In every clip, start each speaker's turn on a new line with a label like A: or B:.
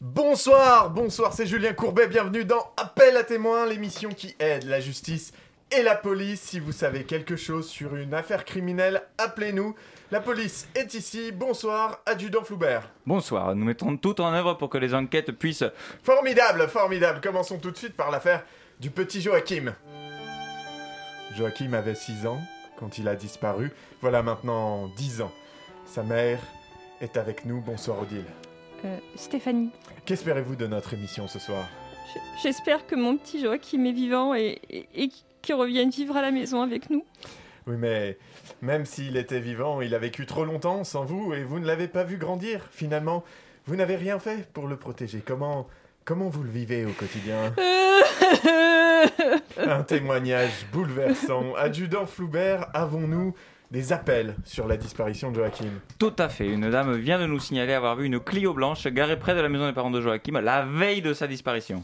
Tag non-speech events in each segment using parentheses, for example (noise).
A: Bonsoir, bonsoir, c'est Julien Courbet, bienvenue dans Appel à témoins, l'émission qui aide la justice et la police. Si vous savez quelque chose sur une affaire criminelle, appelez-nous. La police est ici, bonsoir, adjudant Floubert.
B: Bonsoir, nous mettrons tout en œuvre pour que les enquêtes puissent...
A: Formidable, formidable, commençons tout de suite par l'affaire du petit Joachim. Joachim avait 6 ans quand il a disparu, voilà maintenant 10 ans. Sa mère est avec nous, bonsoir Odile.
C: Euh, Stéphanie,
A: Qu'espérez-vous de notre émission ce soir
C: j- j'espère que mon petit Joachim est vivant et, et, et qu'il revienne vivre à la maison avec nous.
A: Oui, mais même s'il était vivant, il a vécu trop longtemps sans vous et vous ne l'avez pas vu grandir. Finalement, vous n'avez rien fait pour le protéger. Comment comment vous le vivez au quotidien
C: (laughs) Euh,
A: Un témoignage bouleversant. Adjudant Floubert, avons-nous des appels sur la disparition de Joachim
B: Tout à fait, une dame vient de nous signaler avoir vu une Clio blanche garée près de la maison des parents de Joachim la veille de sa disparition.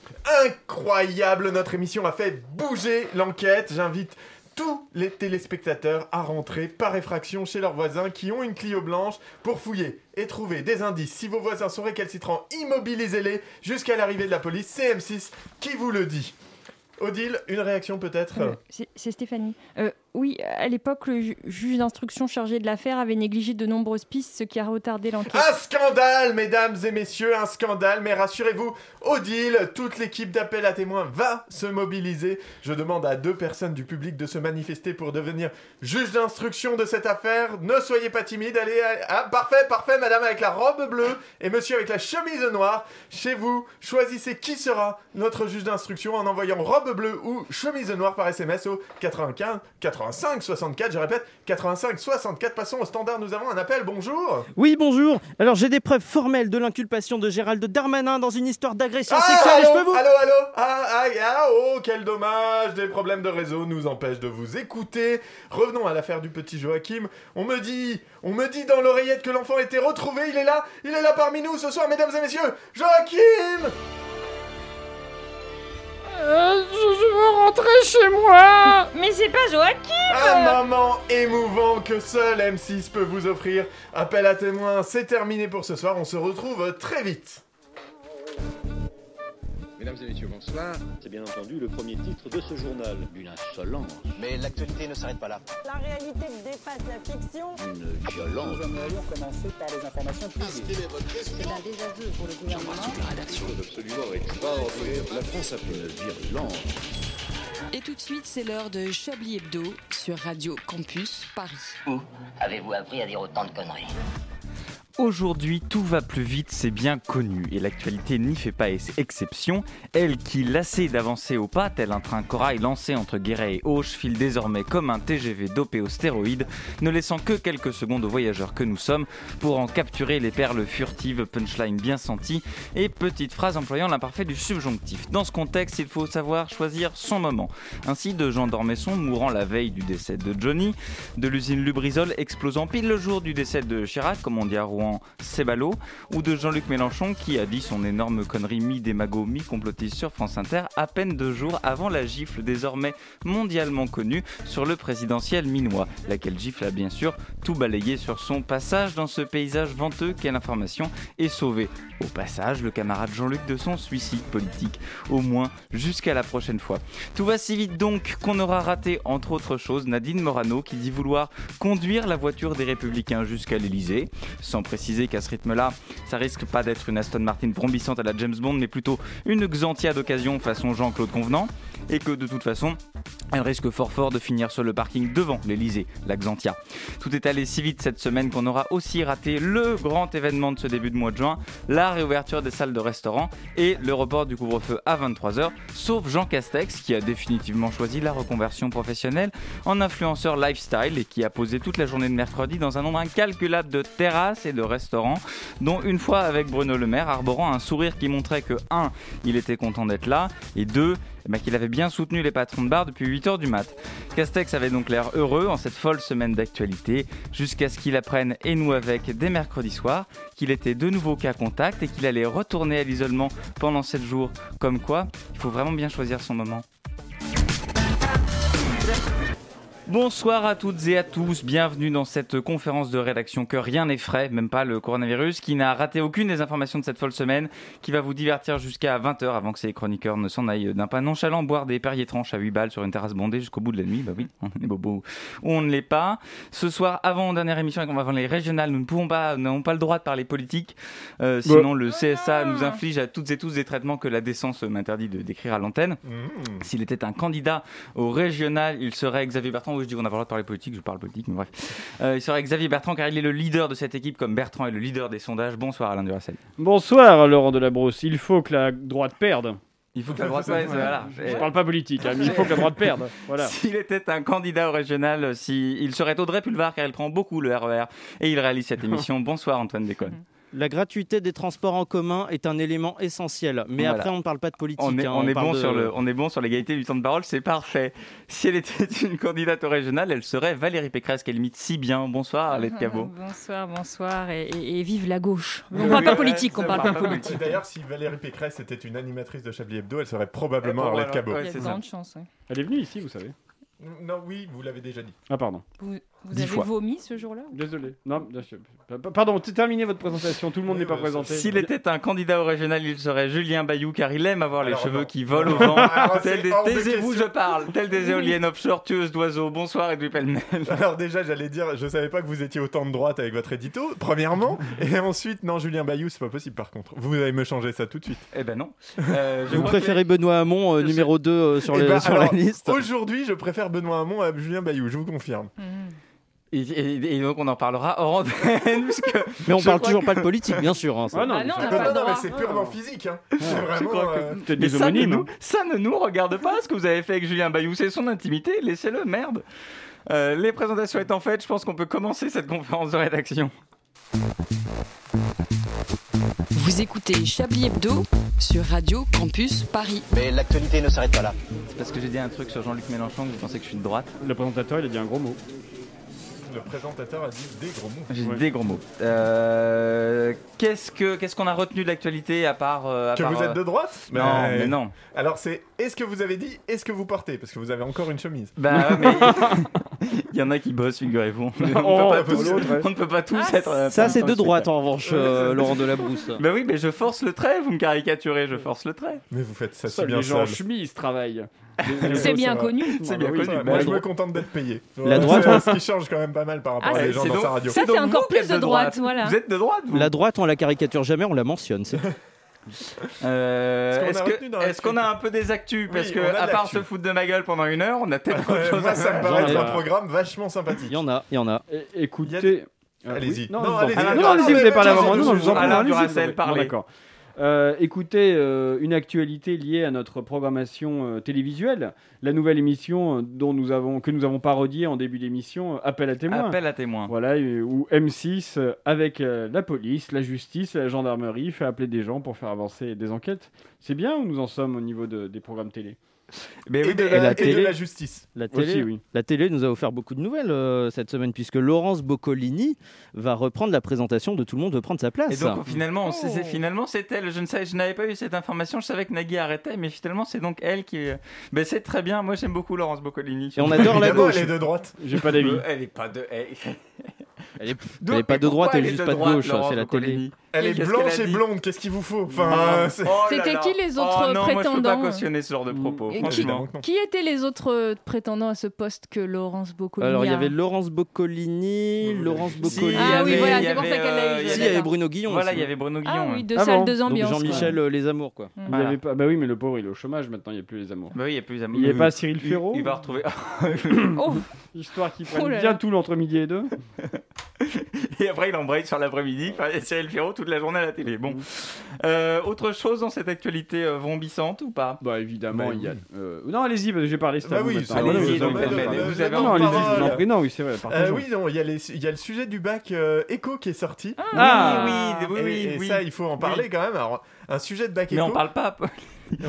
A: Incroyable, notre émission a fait bouger l'enquête. J'invite tous les téléspectateurs à rentrer par effraction chez leurs voisins qui ont une Clio blanche pour fouiller et trouver des indices. Si vos voisins sont récalcitrants, immobilisez-les jusqu'à l'arrivée de la police. CM6 qui vous le dit. Odile, une réaction peut-être
C: Euh, c'est c'est Stéphanie. Euh, oui, à l'époque, le ju- juge d'instruction chargé de l'affaire avait négligé de nombreuses pistes, ce qui a retardé l'enquête.
A: Un scandale, mesdames et messieurs, un scandale, mais rassurez-vous, Odile, toute l'équipe d'appel à témoins va se mobiliser. Je demande à deux personnes du public de se manifester pour devenir juge d'instruction de cette affaire. Ne soyez pas timide, allez, allez, ah, parfait, parfait, madame avec la robe bleue et monsieur avec la chemise noire. Chez vous, choisissez qui sera notre juge d'instruction en envoyant robe bleue ou chemise noire par SMS au 95 85 64, je répète, 85 64. Passons au standard, nous avons un appel, bonjour.
D: Oui, bonjour. Alors, j'ai des preuves formelles de l'inculpation de Gérald Darmanin dans une histoire d'agression
A: Ah,
D: sexuelle. et
A: allô,
D: je peux vous.
A: Allô, allô ah, ah, ah, oh, quel dommage Des problèmes de réseau nous empêchent de vous écouter. Revenons à l'affaire du petit Joachim. On me dit, on me dit dans l'oreillette que l'enfant était retrouvé. Il est là, il est là parmi nous ce soir, mesdames et messieurs. Joachim
C: Ah, je, veux rentrer chez moi (laughs) Mais c'est pas Joachim
A: Un
D: Ah.
A: moment émouvant que seul M6 peut vous offrir. Appel à témoins, c'est terminé pour ce soir. On se retrouve très vite.
E: Mesdames et messieurs, bonsoir.
F: C'est bien entendu le premier titre de ce journal. Une insolence,
G: Mais l'actualité ne s'arrête pas là.
H: La réalité dépasse la fiction.
F: une violence.
I: Et tout de suite, c'est l'heure de Chablis Hebdo sur Radio Campus Paris.
G: Où avez-vous appris à dire autant de conneries
B: Aujourd'hui, tout va plus vite, c'est bien connu, et l'actualité n'y fait pas ex- exception. Elle qui, lassée d'avancer au pas, tel un train corail lancé entre Guéret et Auch, file désormais comme un TGV dopé aux stéroïdes, ne laissant que quelques secondes aux voyageurs que nous sommes pour en capturer les perles furtives, punchline bien senties, et petites phrases employant l'imparfait du subjonctif. Dans ce contexte, il faut savoir choisir son moment. Ainsi, de Jean Dormesson mourant la veille du décès de Johnny, de l'usine Lubrizol explosant pile le jour du décès de Chirac, comme on dit à Rouen, c'est ballot, ou de Jean-Luc Mélenchon qui a dit son énorme connerie mi-démago, mi-complotiste sur France Inter à peine deux jours avant la gifle désormais mondialement connue sur le présidentiel minois, laquelle gifle a bien sûr tout balayé sur son passage dans ce paysage venteux qu'est l'information et sauvé, au passage, le camarade Jean-Luc de son suicide politique, au moins jusqu'à la prochaine fois. Tout va si vite donc qu'on aura raté, entre autres choses, Nadine Morano qui dit vouloir conduire la voiture des Républicains jusqu'à l'Elysée, sans préciser qu'à ce rythme-là, ça risque pas d'être une Aston Martin vrombissante à la James Bond, mais plutôt une Xantia d'occasion façon Jean-Claude Convenant, et que de toute façon, elle risque fort fort de finir sur le parking devant l'Elysée, la Xantia. Tout est allé si vite cette semaine qu'on aura aussi raté le grand événement de ce début de mois de juin, la réouverture des salles de restaurant et le report du couvre-feu à 23h, sauf Jean Castex qui a définitivement choisi la reconversion professionnelle en influenceur lifestyle et qui a posé toute la journée de mercredi dans un nombre incalculable de terrasses et de restaurants, dont une fois avec Bruno Le Maire arborant un sourire qui montrait que 1. il était content d'être là et 2. eh ben, qu'il avait bien soutenu les patrons de bar depuis 8h du mat. Castex avait donc l'air heureux en cette folle semaine d'actualité, jusqu'à ce qu'il apprenne, et nous avec, dès mercredi soir, qu'il était de nouveau cas contact et qu'il allait retourner à l'isolement pendant 7 jours. Comme quoi, il faut vraiment bien choisir son moment. Bonsoir à toutes et à tous, bienvenue dans cette conférence de rédaction que rien n'est frais, même pas le coronavirus, qui n'a raté aucune des informations de cette folle semaine, qui va vous divertir jusqu'à 20h avant que ces chroniqueurs ne s'en aillent d'un pas nonchalant boire des perriers tranches à 8 balles sur une terrasse bondée jusqu'au bout de la nuit. Bah oui, (laughs) on est bobo, on ne l'est pas. Ce soir, avant dernière émission et avant les régionales, nous ne pouvons pas, nous n'avons pas le droit de parler politique, euh, sinon le CSA nous inflige à toutes et tous des traitements que la décence m'interdit de décrire à l'antenne.
A: Mmh.
B: S'il était un candidat au régional, il serait Xavier Bertrand. Oui, je dis qu'on a pas le droit de parler politique, je parle politique, mais bref. Euh, il serait Xavier Bertrand car il est le leader de cette équipe, comme Bertrand est le leader des sondages. Bonsoir Alain Duracel.
E: Bonsoir Laurent Delabrousse, il faut que la droite perde.
B: Il faut que la droite. ouais, voilà.
E: Je parle pas politique, hein, mais il faut que la droite perde. Voilà.
B: S'il était un candidat au régional, euh, si... il serait Audrey Pulvar car il prend beaucoup le RER et il réalise cette émission. Bonsoir Antoine Déconne.
D: La gratuité des transports en commun est un élément essentiel. Mais
B: Voilà.
D: après, on ne parle pas de politique.
B: On est,
D: hein,
B: on est
D: parle
B: bon
D: de-
B: sur le, on est bon sur l'égalité du temps de parole, c'est parfait. Si elle était (laughs) une candidate au régional, elle serait Valérie Pécresse qu'elle imite si bien. Bonsoir
C: (laughs)
B: Arlette Cabot.
C: Bonsoir, bonsoir, et, et- et vive la gauche. On parle pas politique, on parle pas politique.
A: Et D'ailleurs, si Valérie Pécresse était une animatrice de Chablis Hebdo, elle serait probablement
B: Eh,
A: Arlette
B: voilà.
A: Cabot.
B: Ouais,
C: Il y a
B: c'est
C: de
B: ça.
C: grandes chances. ouais.
E: Elle est venue ici, vous savez.
A: Non, oui, vous l'avez déjà dit.
E: Ah pardon,
C: Vous, vous
B: Dix
C: avez
B: fois.
C: vomi ce jour-là
E: désolé. Non, je- pa- pardon, terminez votre présentation, tout le monde n'est pas présenté.
B: S'il était un candidat au régional, il serait Julien Bayou, car il aime avoir
A: Alors,
B: les cheveux
A: non.
B: qui volent au
A: (laughs)
B: vent.
A: Alors, Ah,
B: Tel
A: c'est
B: des...
A: hors de
B: Taisez-vous, je
A: question.
B: parle. Tel des éoliennes offshore tueuses d'oiseaux. Bonsoir, Edoui Pellemel.
A: Alors déjà, j'allais dire, je savais pas que vous étiez autant de droite avec votre édito,
B: (laughs)
A: premièrement, et ensuite, non, Julien Bayou, c'est pas possible par contre. Vous allez me changer ça tout de suite.
B: Eh ben non. Euh, je
D: Vous
B: crois
D: préférez Benoît Hamon, euh,
B: Je
D: numéro 2 sur,
A: Eh
D: les-
A: ben,
D: sur
A: alors,
D: la liste
A: Aujourd'hui, je préfère Benoît Hamon à Julien Bayou, je vous confirme.
B: que- Et, et- et donc, on en parlera hors antenne, (laughs) puisque
D: Mais on
B: je
D: parle
B: crois
D: toujours
B: que-
D: pas de politique, bien sûr. hein, ça.
E: Ah non,
C: Ah non,
E: mais
C: on n'a
E: c'est-
C: pas le droit. Ah.
A: mais c'est purement physique. hein. C'est vraiment... euh,
B: Mais
E: C'était des
B: ça ne,
E: homonymes.
B: nous, ça ne nous regarde pas ce que vous avez fait avec Julien Bayou, c'est son intimité, laissez-le, merde. Euh, les présentations étant faites, je pense qu'on peut commencer cette conférence de rédaction.
I: Vous écoutez Chablis Hebdo sur Radio Campus Paris.
G: Mais l'actualité ne s'arrête pas là.
B: C'est parce que j'ai dit un truc sur Jean-Luc Mélenchon que vous pensez que je suis de droite.
E: hein. Le présentateur, il a dit un gros mot.
A: Le présentateur a dit des gros mots.
B: J'ai
E: Ouais.
B: des gros mots. Euh, qu'est-ce que qu'est-ce qu'on a retenu de l'actualité à part euh, à
A: Que
B: part,
A: vous
B: euh,
A: êtes de droite
B: Non,
A: Ben,
B: mais non.
A: Alors c'est est-ce que vous avez dit, est-ce que vous portez Parce que vous avez encore une chemise.
B: Bah, ouais, mais il y en a qui bossent, figurez-vous. On, ne peut
E: Oh,
B: pas
E: pour
B: tous-
E: l'autre, ouais.
B: on ne peut pas tous
C: Ah,
B: être. euh,
D: Ça, c'est
B: dans
D: de
B: le
D: droite
B: spectacle.
D: en revanche, euh,
B: (laughs)
D: Laurent Delabrousse.
B: Bah oui, mais je force le trait. Vous me caricaturez, je force le trait.
A: Mais vous faites ça si
E: Seuls
A: bien
E: les gens en
A: seul.
E: chemise travaillent.
C: C'est bien
A: va.
C: connu.
B: C'est
E: Ah,
B: bien
E: bah oui,
B: connu.
E: ça va.
B: Bah,
A: Moi,
E: la
A: je me
E: droite.
A: contente d'être payé.
D: La droite-
A: C'est ce qui change quand même pas mal par rapport
C: Ah,
A: à les
C: c'est-
A: gens
B: hein. c'est
A: dans
B: donc-
A: sa radio.
C: Ça,
B: donc
C: c'est encore
B: vous qui
C: plus
B: êtes
C: de droite, voilà.
B: Vous êtes de droite, vous
D: La droite, on la caricature jamais, on la mentionne. c'est-
B: Euh,
A: Est-ce
B: Est-ce
A: qu'on a
B: que-
A: retenu dans
B: est-ce qu'on a
A: l'actu
B: un peu des actus Parce
A: Oui,
B: que,
A: on a de
B: à part
A: l'actu.
B: se foutre de ma gueule pendant une heure, on a peut-être autre
A: Ouais,
B: chose
A: Moi,
B: à
A: ça me
B: faire.
A: paraît être
D: Genre,
A: un
D: euh,
A: programme vachement
D: Il
A: sympathique.
D: y en a, il y en a.
E: É- Eh, Écoutez. Ah,
A: Allez-y.
E: oui. Non,
A: Non,
E: non,
A: allez-y.
E: allez-y.
B: Alain
E: Non, non, allez-y, vous
A: Duracell,
E: n'avez pas la parole.
A: allez-y,
E: Non, non, je vous en prie.
B: Alain
E: allez-y,
B: Duracell,
E: s'il vous plaît.
B: parlez.
E: Bon, D'accord. Euh, écoutez, euh, une actualité liée à notre programmation euh, télévisuelle, la nouvelle émission euh, dont nous avons, que nous avons parodiée en début d'émission, euh, Appel à témoins.
B: Appel à témoins.
E: Voilà, et- euh, où M6, euh, avec euh, la police, la justice, la gendarmerie, fait appeler des gens pour faire avancer des enquêtes. C'est bien où nous en sommes au niveau de- des programmes télé
B: Mais oui,
A: Et de
B: mais-
A: la-
D: la
A: et de
D: télé.
A: la justice.
D: La
E: Aussi,
D: télé,
E: oui.
D: la télé nous a offert beaucoup de nouvelles euh, cette semaine, puisque Laurence Boccolini va reprendre la présentation de Tout le monde veut prendre sa place.
B: Et donc finalement, on sait-
C: Oh.
B: c'est- finalement c'est elle. Je ne savais, je n'avais pas eu cette information. Je savais que Nagui arrêtait, mais finalement c'est donc elle qui. Ben, c'est très bien. Moi j'aime beaucoup Laurence Boccolini.
D: Et on
B: (laughs)
D: adore la
A: Évidemment,
D: gauche.
A: elle est de droite.
E: J'ai pas d'avis.
B: Euh, Elle est pas de. Elle, (laughs)
D: Elle est-
B: Donc,
D: elle est pas
B: mais
D: de droite,
B: pourquoi
D: elle est juste
B: de
D: pas de
B: droite,
D: gauche,
B: Laurence
D: c'est la télé.
B: Boccolini
A: Elle est
B: Qu'est-ce
A: blanche
B: qu'elle a
A: et
B: dit
A: blonde, qu'est-ce qu'il vous faut Enfin, euh, c'est-
B: Oh là
C: C'était
B: là.
C: qui les
B: Oh non,
C: autres
B: moi, je peux pas
C: prétendants
B: cautionner ce genre de propos.
C: Et qui-
B: franchement.
A: évidemment que non.
C: Qui étaient les autres euh, prétendants à ce poste que Laurence Boccolini
D: Alors il y
C: a
D: avait Laurence Boccolini,
A: Mmh.
D: Laurence
A: Si,
D: Boccolini.
C: Ah oui,
B: il y
C: voilà,
B: avait,
C: c'est pour ça qu'elle l'a
B: euh,
C: eu,
B: il y
D: Si, il y
B: avait-
D: avait Bruno Guillon.
B: Voilà,
D: aussi.
B: il y avait Bruno Guillon. hein.
C: Ah
B: ouais.
C: oui, deux
E: Ah
C: salles,
E: bon
C: deux
D: Donc
C: ambiances.
D: Jean-Michel euh, Les Amours, quoi.
E: Il y
B: Voilà.
E: avait pas... Bah oui, mais le pauvre, il est au chômage maintenant, il n'y a plus les amours.
B: Bah oui, il n'y a plus
E: Il n'y a pas Cyril
B: Il,
E: Ferraud
B: il va retrouver. (laughs)
C: quoi. Oh,
E: Histoire qui
C: Oh là
E: prenne
C: là.
E: bien tout l'entre midi et deux.
B: Et après, il embraye sur l'après-midi. (laughs) Enfin, et Cyril Ferraud toute la journée à la télé. Bon. Euh, autre chose dans cette actualité euh, vrombissante ou pas
E: Bah évidemment,
A: Bah
E: il y a. euh, Non, allez-y, parce que j'ai parlé. c'est à
A: Bah
E: vous
A: oui,
E: maintenant.
A: c'est
E: Ah, non,
B: allez-y,
E: vous en
B: donc,
E: prenez,
B: mais-
E: vous en
B: vous
E: prenez.
B: avez
E: Non, non,
B: encore
E: allez-y, je vous en
A: parole.
E: prie. Non, oui, c'est vrai.
A: Euh,
E: partagez.
A: oui, non, il y, a les- il y a le sujet du bac euh, éco qui est sorti.
E: Ah.
B: oui, oui,
A: et,
B: oui,
A: et
B: oui.
A: ça, il faut en parler quand même. Alors, un sujet de bac
B: Mais
A: éco.
B: on parle pas.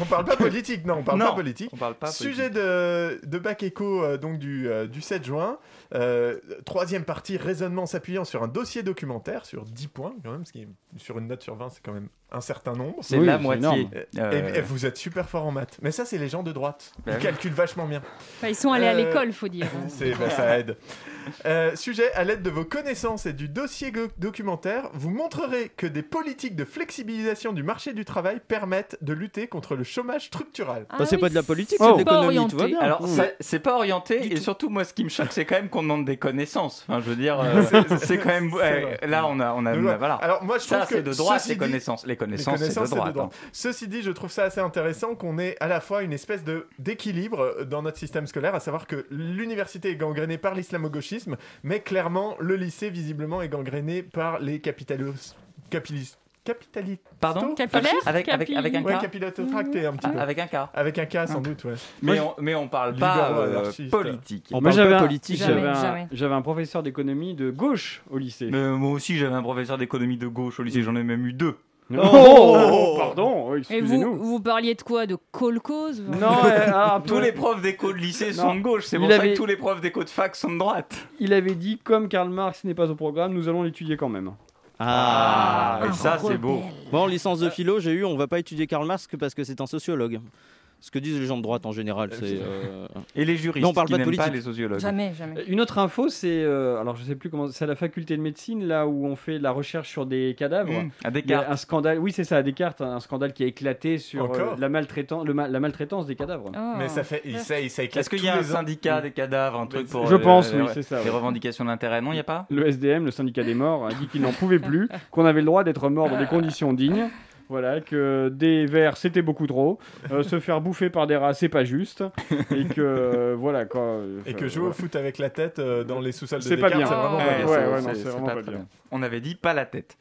A: on parle pas politique, non, on parle
B: Non.
A: pas politique.
B: On parle pas.
A: Sujet de, de bac éco euh, donc du, euh, du 7 juin. Euh, troisième partie, raisonnement s'appuyant sur un dossier documentaire, sur 10 points quand même, ce qui est sur une note sur 20, c'est quand même un certain nombre.
B: C'est
E: Oui,
B: la
E: c'est
B: moitié.
E: énorme.
B: Euh,
A: Et, et vous êtes super fort en maths. Mais ça, c'est les gens de droite.
B: Bah
A: Ils
B: oui.
A: calculent vachement bien.
C: Enfin, ils sont allés à
A: Euh,
C: l'école, faut dire. hein.
A: C'est, bah, ça aide. Euh, sujet, à l'aide de vos connaissances et du dossier go- documentaire, vous montrerez que des politiques de flexibilisation du marché du travail permettent de lutter contre le chômage structural.
C: Ah
D: Bah, c'est
C: oui,
D: pas de la politique,
E: Oh.
D: c'est de l'économie,
C: Pas
D: tout
C: orienté.
D: va
A: Ah,
D: bien.
B: Alors,
D: Mmh.
B: c'est- c'est pas orienté, et surtout, moi, ce qui me choque, c'est quand même qu'on demande des connaissances. Enfin, je veux dire, euh, c'est quand
A: (laughs)
B: même.
A: c'est
B: ouais,
A: vrai.
B: là, on a. On a,
A: Nous, là-
B: Ah, bah voilà.
A: Alors moi je
B: Ça,
A: trouve que
B: c'est de droite,
A: ceci
B: les
A: dit-
B: connaissances. Les
A: les
B: connaissances, c'est de
A: connaissances, c'est
B: droite. hein.
A: Ceci dit, je trouve ça assez intéressant qu'on ait à la fois une espèce de d'équilibre euh, dans notre système scolaire, à savoir que l'université est gangrénée par l'islamo-gauchisme, mais clairement le lycée visiblement est gangréné par les capitalos capitalistes capitalistes
B: Pardon
C: Capillaire
B: Avec- avec- avec un
A: Ouais,
B: K.
A: capillotracté un petit
B: Ah,
A: peu.
B: Avec un cas.
A: Avec un K sans doute, ouais.
B: Mais on, mais on parle pas
A: Leader,
B: euh,
A: anarchiste.
C: Oh,
B: politique.
D: On
E: Moi,
D: parle
E: j'avais
D: pas
E: un-
D: politique.
E: J'avais
C: Jamais,
E: un,
C: jamais.
E: j'avais un professeur d'économie de gauche au lycée.
B: Mais moi aussi, j'avais un professeur d'économie de gauche au lycée, j'en ai même eu deux.
E: Oh,
D: Oh
E: pardon,
C: Et vous,
E: excusez-nous.
C: vous parliez de quoi De colcause
E: Non, euh, (laughs) alors,
B: Tous les profs d'éco de lycée sont
E: Non.
B: de gauche, c'est
E: Il
B: pour ça
E: avait-
B: que tous les profs d'éco de fac sont de droite.
E: il avait dit comme Karl Marx n'est pas au programme, nous allons l'étudier quand même.
D: Ah.
B: et ça, c'est beau.
D: Moi, en licence de philo, j'ai eu on va pas étudier Karl Marx que parce que c'est un sociologue. Ce que disent les gens de droite en général, c'est. euh,
B: Et les juristes
D: Non, on parle
B: qui
D: pas de
B: n'aiment pas
D: politique.
B: les sociologues.
C: Jamais, jamais.
E: Euh, Une autre info, c'est euh, alors je sais plus comment, c'est à la faculté de médecine là où on fait la recherche sur des cadavres.
B: Mmh, à
E: Il y a
B: Descartes.
E: un scandale, oui c'est ça, à Descartes, un scandale qui a éclaté sur
A: Encore
E: euh, la, maltraitan- le ma- la maltraitance des cadavres.
B: Ah.
C: Oh.
A: Mais ça fait, il- ça, il- ça éclate
B: Est-ce qu'il
A: euh, tous
B: y a un
A: les ans.
B: syndicat des cadavres, un truc pour.
E: Je
B: euh,
E: pense,
B: les-
E: oui, c'est ça.
B: Les
E: ouais.
B: revendications d'intérêt, non, il n'y a pas
E: Le SDM, le syndicat des morts, a dit qu'il n'en pouvait plus,
B: (laughs)
E: qu'on avait le droit d'être mort dans des conditions dignes. Voilà, que des vers c'était beaucoup trop, euh, se faire bouffer par des rats c'est pas juste, et que euh, voilà quoi. euh,
A: Et
E: euh,
A: que jouer au
E: voilà.
A: foot avec la tête euh, dans les sous-sols de
E: C'est pas
A: Descartes,
E: bien.
A: c'est vraiment
C: Ah,
A: pas
C: ouais,
A: bien.
E: ouais,
B: c'est-
E: ouais, non,
B: c'est-
E: c'est
B: c'est
E: vraiment
B: pas
E: pas
B: très
E: bien.
B: bien. On avait dit pas la tête.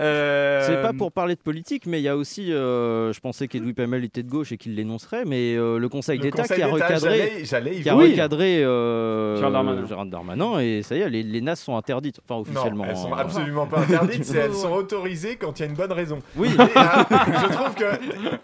B: Euh,
D: C'est pas pour parler de politique, mais il y a aussi, euh, je pensais qu'Edoui Pamel était de gauche et qu'il l'énoncerait, mais euh, le Conseil
A: Le
D: d'État
A: Conseil
D: qui a
A: d'État,
D: recadré,
A: j'allais- J'allais y
D: qui a
E: Oui.
D: recadré euh,
E: Gérald Darmanin.
D: Gérald Darmanin, et ça y est, les, les NAS sont interdites, enfin officiellement.
A: Non, elles sont
D: hein.
A: absolument pas
D: (laughs)
A: interdites, c'est elles sont autorisées quand il y a une bonne raison.
D: Oui.
A: Et, euh, je trouve que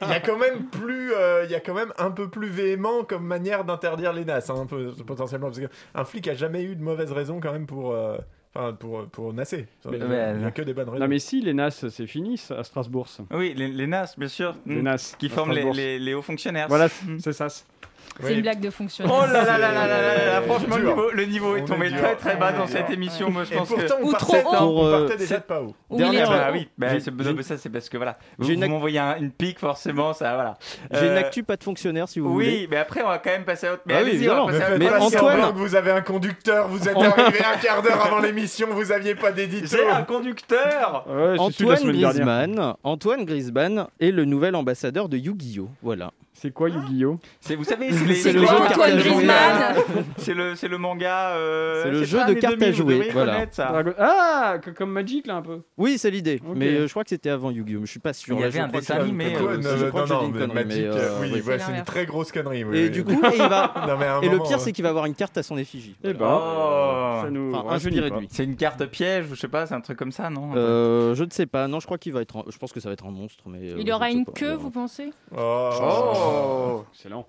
A: il y a quand même plus, euh, il y a quand même un peu plus véhément comme manière d'interdire les nas, hein, un peu potentiellement, parce qu'un flic a jamais eu de mauvaise raison quand même pour, euh, enfin pour pour nasser. Il n'y
B: Mais-
A: a que des bonnes raisons.
E: Non mais si, les NAS c'est fini ça, à Strasbourg. ça.
A: Hmm.
B: Oui, les, les NAS, bien sûr.
E: Les
B: Mm.
E: NAS.
B: Qui
E: à
B: forment les,
E: Strasbourg.
B: les- les hauts fonctionnaires.
E: Voilà,
B: Mm.
E: c'est ça.
C: C'est
A: Oui.
C: une blague de fonctionnaire.
B: Oh là là là là là là là là, Franchement, le
A: Dur.
B: niveau, le niveau est
A: On
B: tombé
A: est dur.
B: très très bas
C: Ouais,
B: dans
C: ouais,
B: cette
C: ouais.
B: émission. Moi, je
A: Et
B: pense
A: pourtant,
C: Ou
A: on,
C: trop
A: partait,
C: haut.
A: non, on
D: Pour, euh,
A: partait déjà de pas haut.
C: Ou il est
D: Dernière-
B: que.
C: trop
B: Bah
C: haut.
B: oui, bah,
D: J'ai-
B: c'est-
D: j'ai-
B: non, mais ça, c'est parce que voilà. Vous,
D: J'ai une
B: vous
D: ac-
B: m'envoyez un- une pique, forcément, ça voilà.
D: J'ai une
B: Euh,
D: actu pas de fonctionnaire, si vous voulez.
B: Oui, mais après, on va quand même passer à autre. Mais
D: Ah oui,
B: allez-y, on
D: évidemment.
B: va
A: Ne
B: passer à
A: faites
B: autre.
D: Mais
A: pas
D: Antoine-
A: semblant que vous avez un conducteur, vous êtes arrivé un quart d'heure avant l'émission, vous aviez pas d'édito.
B: J'ai un conducteur
E: Ouais, c'est celui de la
D: Antoine
E: semaine dernière.
D: Griezmann, Antoine Griezmann est le nouvel ambassadeur de Yu-Gi-Oh. Voilà.
E: C'est
B: Ah.
E: quoi Yu-Gi-Oh
B: C'est- Vous savez, c'est les-
D: C'est
B: c'est
D: le
B: les
D: jeu
B: gens
D: de
B: qui
D: cartes à
C: Antoine
B: regardent-
C: Griezmann
B: C'est le, c'est le manga. euh,
D: C'est le jeu
B: pas
D: de
B: mes
D: cartes à
B: 2000, vous
D: jouer,
B: devriez
D: voilà.
B: connaître ça.
E: Dragon- Ah, que- comme Magic là un peu.
D: Oui, c'est l'idée.
E: Ok.
D: Mais euh, je crois que c'était avant Yu-Gi-Oh. mais Je suis pas sûr.
B: Il y
D: Là,
B: avait
D: je
B: un
D: crois
B: dessin
D: que-
B: animé,
D: que-
B: euh,
A: Ah,
D: je
A: non,
D: crois que
A: non,
D: je dis
A: non,
D: une
A: mais
D: connerie,
A: Magic,
D: mais, euh,
A: oui,
D: oui.
A: voilà,
C: C'est
A: c'est une
C: l'inverse.
A: très grosse connerie. oui,
D: Et
A: oui.
D: du coup, et il va
A: Non, mais (laughs) à un
D: Et le
A: moment,
D: pire,
A: euh,
D: c'est qu'il va avoir une carte à son effigie.
E: Eh ben,
B: Oh.
E: ça nous
D: Enfin,
E: rajeunit
D: inspiré de
E: pas.
D: lui.
B: C'est une carte piège, ou je sais pas, c'est un truc comme ça, non
D: Euh, je ne sais pas. Non, je crois qu'il va être. un- Je pense que ça va être un monstre, mais. euh,
C: Il
D: je
C: aura
D: ne sais
C: une
D: pas.
C: queue,
D: On
C: vous
D: verra.
C: pensez
A: Oh.
E: Excellent.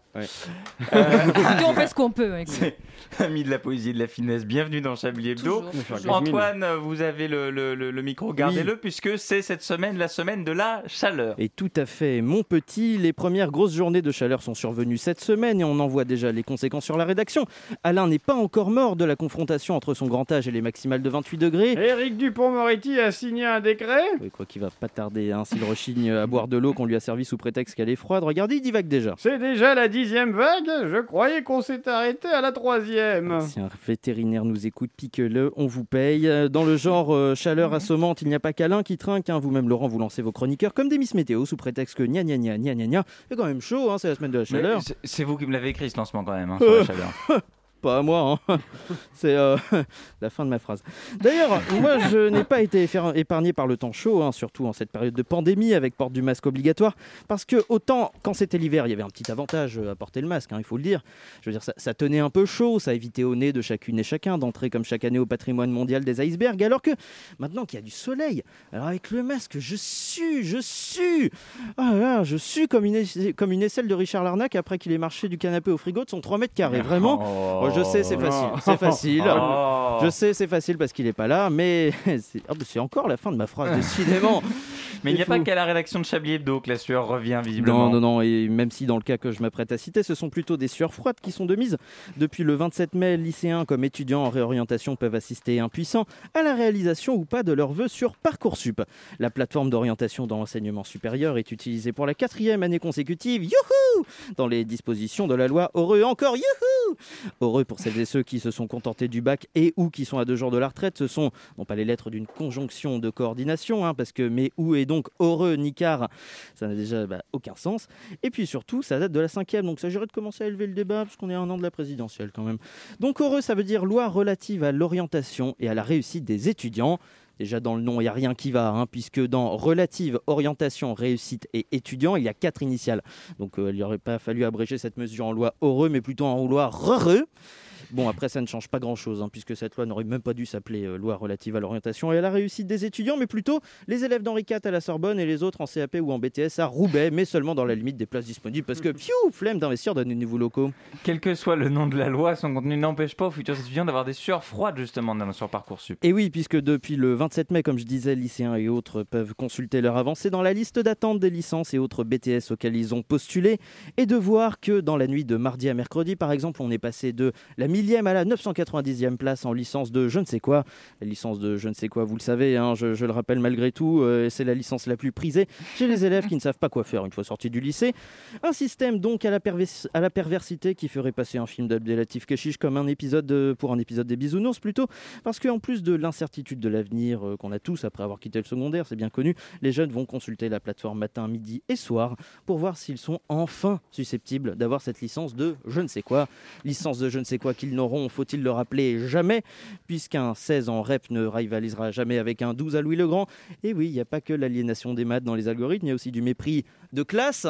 D: (laughs)
B: (laughs)
C: Écoutez, on fait ce qu'on peut. avec ça.
B: Ami de la poésie et de la finesse, bienvenue dans Chablis Hebdo.
C: Toujours,
E: On va faire
C: toujours.
E: gaffe.
B: Antoine, vous avez le, le- le- le micro, gardez-le, puisque c'est cette semaine la semaine de la chaleur.
D: Et tout à fait, mon petit, les premières grosses journées de chaleur sont survenues cette semaine et on en voit déjà les conséquences sur la rédaction. Alain n'est pas encore mort de la confrontation entre son grand âge et les maximales de 28 degrés.
E: Éric Dupont-Moretti a signé un décret
D: Oui, quoi qu'il va pas tarder, hein, s'il rechigne à boire de l'eau qu'on lui a servi sous prétexte qu'elle est froide, regardez, il divague déjà.
E: C'est déjà la dixième vague Je croyais qu'on s'était arrêté à la troisième
D: Ah, Si un vétérinaire nous écoute, pique-le, on vous paye. Euh, Dans le genre euh, chaleur assommante, il n'y a pas qu'Alain qui trinque. hein. Vous-même, Laurent, vous lancez vos chroniqueurs comme des Miss Météo sous prétexte que gna gna gna gna gna gna. C'est quand même chaud, hein, c'est la semaine de la chaleur. Euh.
B: Mais c'est- C'est vous qui me l'avez écrit ce lancement quand même, hein, sur la chaleur.
D: Pas à moi, hein. c'est euh, (laughs) la fin de ma phrase. D'ailleurs, moi je n'ai pas été effer- épargné par le temps chaud, hein, surtout en cette période de pandémie avec porte du masque obligatoire, parce que autant quand c'était l'hiver, il y avait un petit avantage euh, à porter le masque, hein, il faut le dire. Je veux dire, ça, ça tenait un peu chaud, ça évitait au nez de chacune et chacun d'entrer comme chaque année au patrimoine mondial des icebergs, alors que maintenant qu'il y a du soleil, alors avec le masque, je sue, je sue ah là, là, je sue comme une, aisse- comme une aisselle de Richard Larnac après qu'il ait marché du canapé au frigo de son 3 mètres carrés, Ah, vraiment.
B: Oh.
D: Moi, je sais, c'est
E: Oh.
D: facile. C'est facile.
B: Oh.
D: Je sais, c'est facile parce qu'il n'est pas là, mais (laughs) c'est ah, bah, c'est encore la fin de ma phrase, décidément.
B: Mais il n'y a
D: c'est
B: pas
D: fou.
B: qu'à la rédaction de Chablis Hebdo que la sueur revient visiblement.
D: non, non, non, et même si dans le cas que je m'apprête à citer, ce sont plutôt des sueurs froides qui sont de mise. Depuis le 27 mai, lycéens comme étudiants en réorientation peuvent assister impuissants à la réalisation ou pas de leurs vœux sur Parcoursup. La plateforme d'orientation dans l'enseignement supérieur est utilisée pour la quatrième année consécutive. Youhou Dans les dispositions de la loi, heureux encore, youhou Heureux pour celles et ceux qui se sont contentés du bac et ou qui sont à deux jours de la retraite, ce sont non pas les lettres d'une conjonction de coordination, hein, parce que mais où est donc heureux Nicard Ça n'a déjà bah, aucun sens. Et puis surtout, ça date de la cinquième, donc ça s'agirait de commencer à élever le débat, parce qu'on est à un an de la présidentielle quand même. Donc heureux, ça veut dire loi relative à l'orientation et à la réussite des étudiants. Déjà dans le nom, il n'y a rien qui va, hein, puisque dans relative, orientation, réussite et étudiant, il y a quatre initiales. Donc euh, il n'y aurait pas fallu abréger cette mesure en loi heureux, mais plutôt en loi heureux. Bon, après, ça ne change pas grand-chose, hein, puisque cette loi n'aurait même pas dû s'appeler euh, loi relative à l'orientation et à la réussite des étudiants, mais plutôt les élèves d'Henri IV à la Sorbonne et les autres en CAP ou en BTS à Roubaix, mais seulement dans la limite des places disponibles, parce que, piou, flemme d'investir dans des nouveaux locaux.
B: Quel que soit le nom de la loi, son contenu n'empêche pas aux futurs étudiants d'avoir des sueurs froides justement en allant sur Parcoursup.
D: Et oui, puisque depuis le 27 mai, comme je disais, lycéens et autres peuvent consulter leur avancée dans la liste d'attente des licences et autres BTS auxquels ils ont postulé, et de voir que dans la nuit de mardi à mercredi, par exemple, on est passé de la millième à la 990e place en licence de je ne sais quoi. La licence de je ne sais quoi, vous le savez, hein, je, je le rappelle malgré tout, euh, c'est la licence la plus prisée chez les élèves qui ne savent pas quoi faire une fois sortis du lycée. Un système donc à la, pervers- à la perversité qui ferait passer un film d'Abdelatif Kechiche comme un épisode de- pour un épisode des bisounours plutôt, parce qu'en plus de l'incertitude de l'avenir euh, qu'on a tous après avoir quitté le secondaire, c'est bien connu, les jeunes vont consulter la plateforme matin, midi et soir pour voir s'ils sont enfin susceptibles d'avoir cette licence de je ne sais quoi. Licence de je ne sais quoi qu'ils n'auront, faut-il le rappeler, jamais, puisqu'un 16 en REP ne rivalisera jamais avec un 12 à Louis-le-Grand. Et oui, il n'y a pas que l'aliénation des maths dans les algorithmes, il y a aussi du mépris de classe.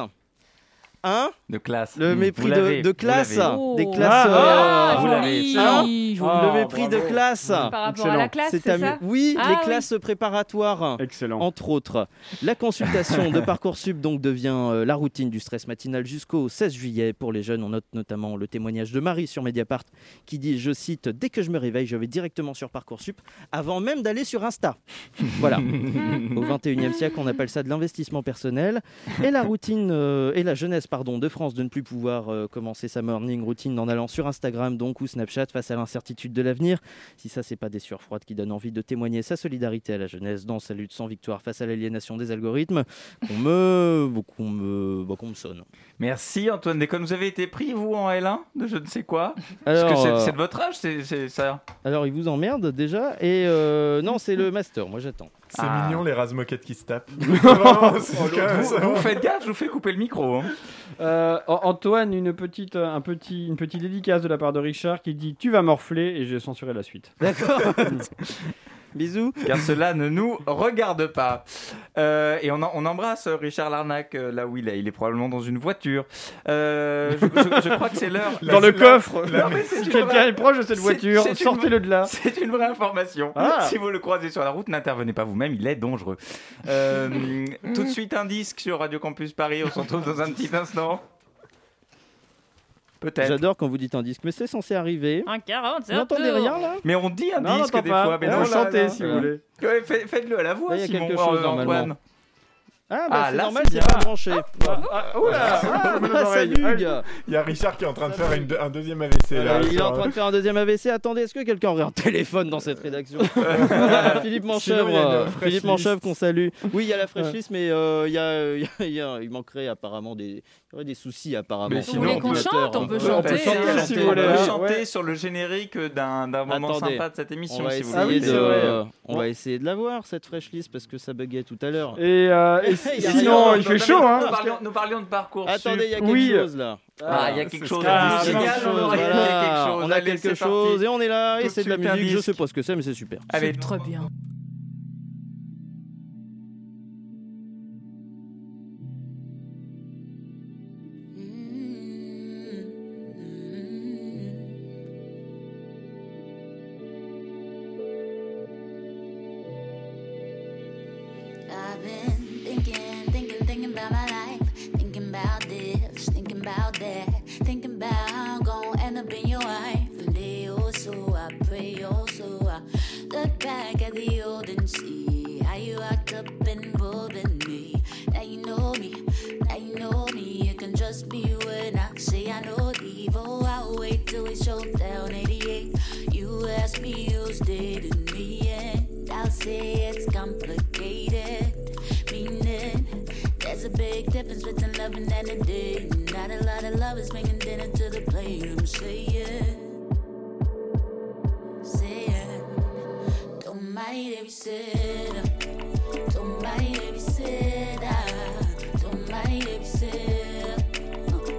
D: Hein
B: De classe. Mmh,
D: Le
B: vous
D: mépris de,
B: l'avez,
D: de
B: vous
D: classe
B: l'avez.
C: Oh.
D: Des classes
E: Ah,
D: euh,
B: vous l'avez.
C: joli,
D: Ah.
C: joli.
E: Ah.
D: Le mépris de
E: bravo.
D: classe
C: Par rapport à
E: Excellent.
C: la classe, c'est ça
D: à mieux. Oui,
C: Ah
D: les
C: oui.
D: classes préparatoires.
E: Excellent.
D: Entre autres, la consultation de Parcoursup donc devient euh, la routine du stress matinal jusqu'au 16 juillet. Pour les jeunes, on note notamment le témoignage de Marie sur Mediapart qui dit, je cite, Dès que je me réveille, je vais directement sur Parcoursup avant même d'aller sur Insta. Voilà. Au 21e siècle, on appelle ça de l'investissement personnel. Et la routine, euh, et la jeunesse pardon, de France de ne plus pouvoir euh, commencer sa morning routine en allant sur Instagram donc ou Snapchat face à l'incertitude de l'avenir. Si ça, c'est pas des sueurs froides qui donnent envie de témoigner sa solidarité à la jeunesse dans sa lutte sans victoire face à l'aliénation des algorithmes, qu'on me, qu'on me, bah, qu'on me sonne.
B: Merci Antoine Déconne. Vous avez été pris, vous, en L1 de je ne sais quoi Parce que
D: Alors,
B: c'est-
D: euh,
B: c'est de votre âge, c'est c'est ça
D: alors il vous emmerde déjà et euh, non, c'est le master. Moi, j'attends.
A: C'est
B: Ah.
A: mignon les rasemoquettes qui se
D: (laughs)
A: tapent. Vraiment, c'est quand
D: Oh,
A: même
B: vous,
A: ça.
B: vous faites gaffe, je vous fais couper le micro. hein.
E: Euh, An- Antoine, une petite, un petit, une petite dédicace de la part de Richard qui dit Tu vas morfler et j'ai censuré la suite.
D: D'accord. Bisous.
B: car cela ne nous regarde pas. Euh, et on, en- on embrasse Richard Larnac euh, là où il est. Il est probablement dans une voiture. Euh, je, je- je crois que c'est l'heure.
A: La-
E: Dans le
A: la-
E: coffre
A: la-
E: Non, mais c'est- Si (laughs) quelqu'un est proche de cette
B: C'est-
E: voiture,
B: c'est une-
E: sortez-le de là.
B: C'est une vraie information.
E: Ah.
B: Si vous le croisez sur la route, n'intervenez pas vous-même, il est dangereux. Euh, tout de suite un disque sur Radio Campus Paris, on se retrouve dans un petit instant. Peut-être.
D: J'adore quand vous dites un disque, mais c'est censé arriver.
C: Un 40,
D: Vous n'entendez rien là
B: Mais on dit un
E: Non,
B: disque
E: n'entends
B: des
E: pas.
B: fois. Mais
E: on
B: non, là,
E: chantait
B: là.
E: si vous voulez.
B: Ouais, fait- Faites-le à la voix,
D: Là, il y a
B: Simon.
D: quelque chose,
B: Oh, Antoine.
D: normalement. Ah bah
B: Ah,
D: c'est
B: là,
D: normal,
B: c'est
D: c'est
B: bien.
D: pas branché.
E: Ah, oula
D: Ah,
E: Bonne
D: bah, ça
E: oreille.
D: bugue.
A: Il y a Richard qui est en train de faire une- un deuxième AVC là.
D: Alors, Ah, il est
A: sur- euh,
D: en train de faire un deuxième AVC. Attendez, est-ce que quelqu'un aurait un téléphone dans cette
A: (laughs)
D: rédaction Voilà,
A: Sinon,
D: Philippe
A: il y a une
D: Manchevre, euh,
A: fresh
D: Philippe
A: list.
D: Manchevre qu'on salue. Oui, il y a la fraîche list, mais euh, il y a, euh, il y a- il y a- il manquerait apparemment des, il y aurait des soucis apparemment.
B: Mais
D: pour
B: sinon,
D: les
B: on peut-
D: ordinateurs.
C: on peut
D: Euh,
C: chanter,
D: chanter,
C: hein.
D: chanter,
E: Si vous
B: On
E: voulez.
B: peut
E: Ouais.
D: voilà.
B: chanter sur le générique d'un d'un moment
D: Attendez.
B: sympa de cette émission.
D: On va
B: si vous
E: Ah
D: essayer
E: oui,
B: voulez.
E: c'est
D: de-
E: vrai.
D: on va essayer de la voir cette fraîche list parce que ça buguait tout à l'heure.
E: Et, euh, et
D: Il y a
E: sinon,
D: rien.
E: il fait chaud, hein
B: Nous parlions, nous parlions de parcours.
D: Attendez, il y a quelque
E: Oui.
D: chose là.
B: Ah, il y a quelque chose. on
E: Ah,
B: vous
E: c'est
B: signale,
E: quelque chose,
B: on aurait dit
D: Voilà.
B: quelque chose.
D: On a
B: Allez,
D: quelque
B: c'est parti.
D: chose et on est là
B: Tout
D: et
B: de
D: c'est de la
B: suite un
D: musique. Je
B: disque.
D: sais pas ce que c'est, mais c'est super.
B: Allez,
I: C'est très bien.
J: I've been thinking, thinking, thinking about my life. Thinking about this, thinking about that. Thinking about how I'm gonna end up in your life. And like the olden sea. How you act up and bolding me. Now you know me, now you know me. You can trust me when I say I know the evil. I'll wait till we show down 88. You ask me who's dating me, and I'll say it's complicated. Meaning, there's a big difference between loving and a dating. Not a lot of lovers bringing dinner to the playroom, saying, saying. Don't mind every setup. Don't mind every setup. Don't mind every setup.